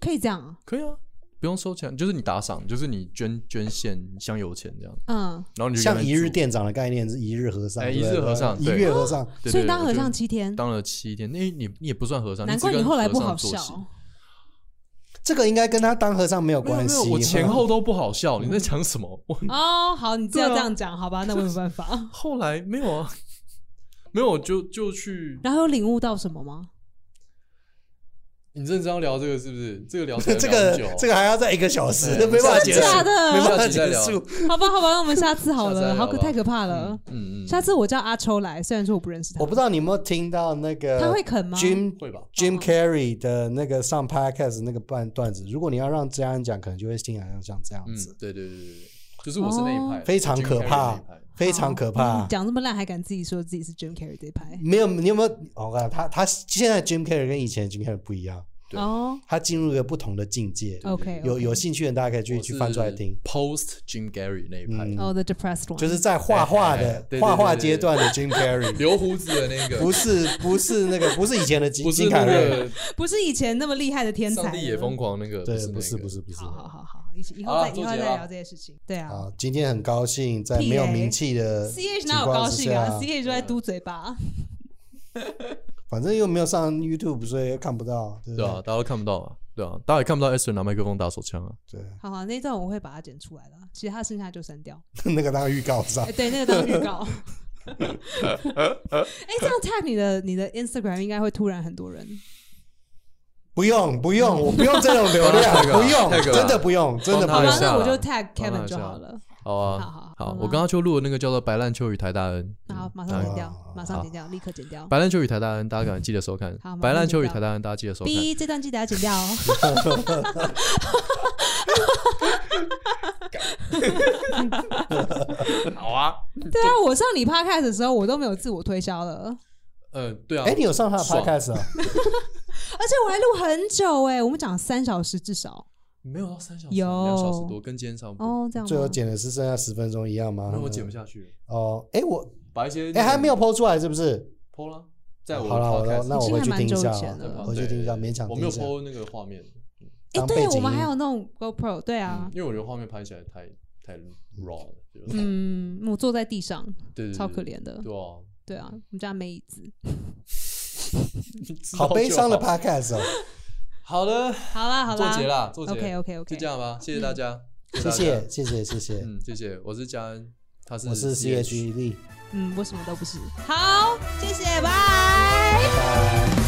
S1: 可以这样啊，
S3: 可以啊，不用收钱，就是你打赏，就是你捐捐献香油钱这样，
S1: 嗯，
S3: 然后你就跟
S2: 像
S3: 他
S2: 一日
S3: 住
S2: 店长的概念是一日和尚，
S3: 哎
S2: 对不
S3: 一
S2: 对
S3: 日和尚
S2: 一
S3: 对
S2: 月和尚，
S3: 对
S1: 所以
S3: 对
S1: 当
S3: 我
S1: 和
S3: 就
S1: 尚七天，
S3: 当了七天，那、你你也不算和尚，
S1: 难
S3: 只
S1: 怪你
S3: 跟
S1: 后来
S3: 和
S1: 不
S3: 尚
S1: 好
S3: 作息
S1: 笑。
S2: 这个应该跟他当和尚没有
S3: 没有
S2: 关
S3: 没
S2: 系
S3: 有，。我前后都不好笑，你在讲什么？我
S1: 哦，好，你只要
S3: 对啊
S1: 这样讲，好吧，那我有办法。
S3: 后来没有 啊，没有就就去。
S1: 然后有领悟到什么 吗？
S3: 你认真要聊这个是不是？这个聊起来
S2: 这
S3: 聊
S2: 个
S3: 很久啊
S2: 这个还要再一个小时，
S3: 对
S2: 没办法结束，
S1: 真的假的
S2: 没办法
S3: 下集再
S2: 结
S3: 聊
S2: 束。
S1: 好吧，好吧，那我们下次好
S3: 下次再
S1: 了，
S3: 聊
S1: 好可
S3: 吧
S1: 太可怕了。
S3: 嗯嗯，
S1: 下次我叫阿秋来，虽然说我不认识他，
S2: 我不知道你有没有听到那个
S1: 他会啃吗
S2: Jim
S3: 会吧？
S2: Jim Carrey 的那个上 podcast 那个段段子，如果你要让家人讲，可能就会听起来像像这样
S3: 嗯
S2: 子，，
S3: 对对对对对，就是我是那一派，
S2: 哦非常可怕
S3: Jim Carrey 那一派
S2: 非常可怕
S1: 嗯。讲这么烂还敢自己说自己是 Jim Carrey 这一派
S2: 没有，你有没有？我看他他现在 Jim Carrey 跟以前的 Jim Carrey 不一样，
S3: 对
S1: 哦
S2: 他进入一个不同的境界。
S1: ，OK，
S2: 有有兴趣的人，大家可以去
S3: 我是
S2: 去翻出来听。嗯
S3: Post Jim Gary 那一派，
S1: 哦 The Depressed One，
S2: 就是在画画
S3: 哎哎哎
S2: 的
S3: 对对
S2: 画画
S3: 对对
S2: 阶段的 Jim Carrey，
S3: 留胡子的那个，
S2: 不是不是那个不是以前的金
S3: 不是
S2: 金
S3: 那
S2: 凯瑞，
S3: 个
S1: 不是以前那么厉害的天才了。
S3: 上帝也疯狂那个，
S2: 对，
S3: 不
S2: 不是
S3: 是那个
S2: 不。是不是
S1: 好。好好好，以以
S3: 好
S1: 后
S3: 啦
S1: 再以
S3: 周
S1: 后再
S3: 杰吧
S1: 聊这些事情。对啊
S2: 好，今天很高兴在没有
S1: 屁嘞
S2: 名气的情
S1: ，CH 哪有高
S2: 况之
S1: 兴啊
S2: 下，
S1: ？CH 就在嘟嘴巴。
S2: 反正又没有上 YouTube，所以又看不到，对不
S3: 对啊，大家都看不到啊。对啊，大家也看不到 Esther 拿麦克风打手枪啊。
S2: 对，
S1: 好好，那一段我会把它剪出来了，其他剩下就删掉。
S2: 那个当预告上
S1: 哎，，对，那个当预告。哎，这样 tag 你的你的 Instagram 应该会突然很多人。
S2: 不用不 用，我不用这种流量，
S3: 那个
S2: 不用
S3: 那，个
S2: 真的不用，真的不
S1: 好
S3: 帮
S1: 吧
S3: 他，
S1: 那我就
S3: 了
S1: tag
S3: 帮他
S1: Kevin
S3: 一
S1: 就
S3: 下
S1: 好了。
S3: 好
S1: 好
S3: 啊，
S1: 好
S3: 好，
S1: 好
S3: 我刚刚就录了那个叫做《白烂秋与台大恩》，
S1: 然后
S3: 嗯
S1: 马
S3: 大
S1: 上
S3: 家
S1: 剪
S2: 好
S1: 掉，马上
S3: 好
S1: 剪掉，立刻剪掉。
S3: 白烂秋与台大恩，大家赶快记得收看
S1: 好马上。
S3: 白烂秋与
S1: 剪掉
S3: 台大恩，大家记得收看。
S1: B 这段记得要剪掉哦。
S3: 好啊，
S1: 对啊，我上你 podcast 的时候，我都没有自我推销了，
S3: 呃，对啊
S2: 哎，，你有上他的
S3: 爽
S2: podcast 啊？
S1: 而且我还录很久哎、我们讲三小时至少
S3: 没有到三小时，
S1: 有
S3: 两小时多，跟今天差不多。
S1: 哦，这样吗
S2: 最后剪的是剩下十分钟一样吗？
S3: 那我剪不下去了，
S2: 哦，哎我
S3: 把一些
S2: 哎还没有剖出来是不是？
S3: 剖了，在我
S2: 哦好了，我
S3: podcast
S2: 那我
S1: 已经
S2: 回
S1: 还
S2: 去
S1: 蛮
S2: 听一
S1: 久
S2: 下
S1: 以前
S2: 哦，
S1: 了
S2: 回去听一下，
S3: 对
S2: 勉强
S3: 我
S2: 听
S3: 没有
S2: 一下。
S3: 剖那个画面，
S1: 哎、
S2: 当背
S1: 对
S2: 景
S1: 我们
S2: 音
S1: 还有那种 GoPro，对啊
S3: 嗯，因为我觉得画面拍起来太太 raw 了，就是
S1: 嗯，我坐在地上，
S3: 对，对
S1: 超可，怜的
S3: 对，对啊，
S1: 对啊，我们家没椅子。
S2: 好悲伤的
S3: 拍。
S2: podcast 哦，
S3: 好了，
S1: 好啦好
S3: 做结
S1: 啦
S3: 啦，做结
S1: ，OK OK
S3: 就
S1: OK，
S3: 这样吧，谢谢大家，
S2: 谢
S3: 谢大
S2: 谢
S3: 家，
S2: 谢谢谢谢，
S3: 啊嗯，谢谢，我是佳恩，他是
S2: 我是 C H E
S1: 嗯，我什么都不是。好，谢谢，拜。
S2: 拜。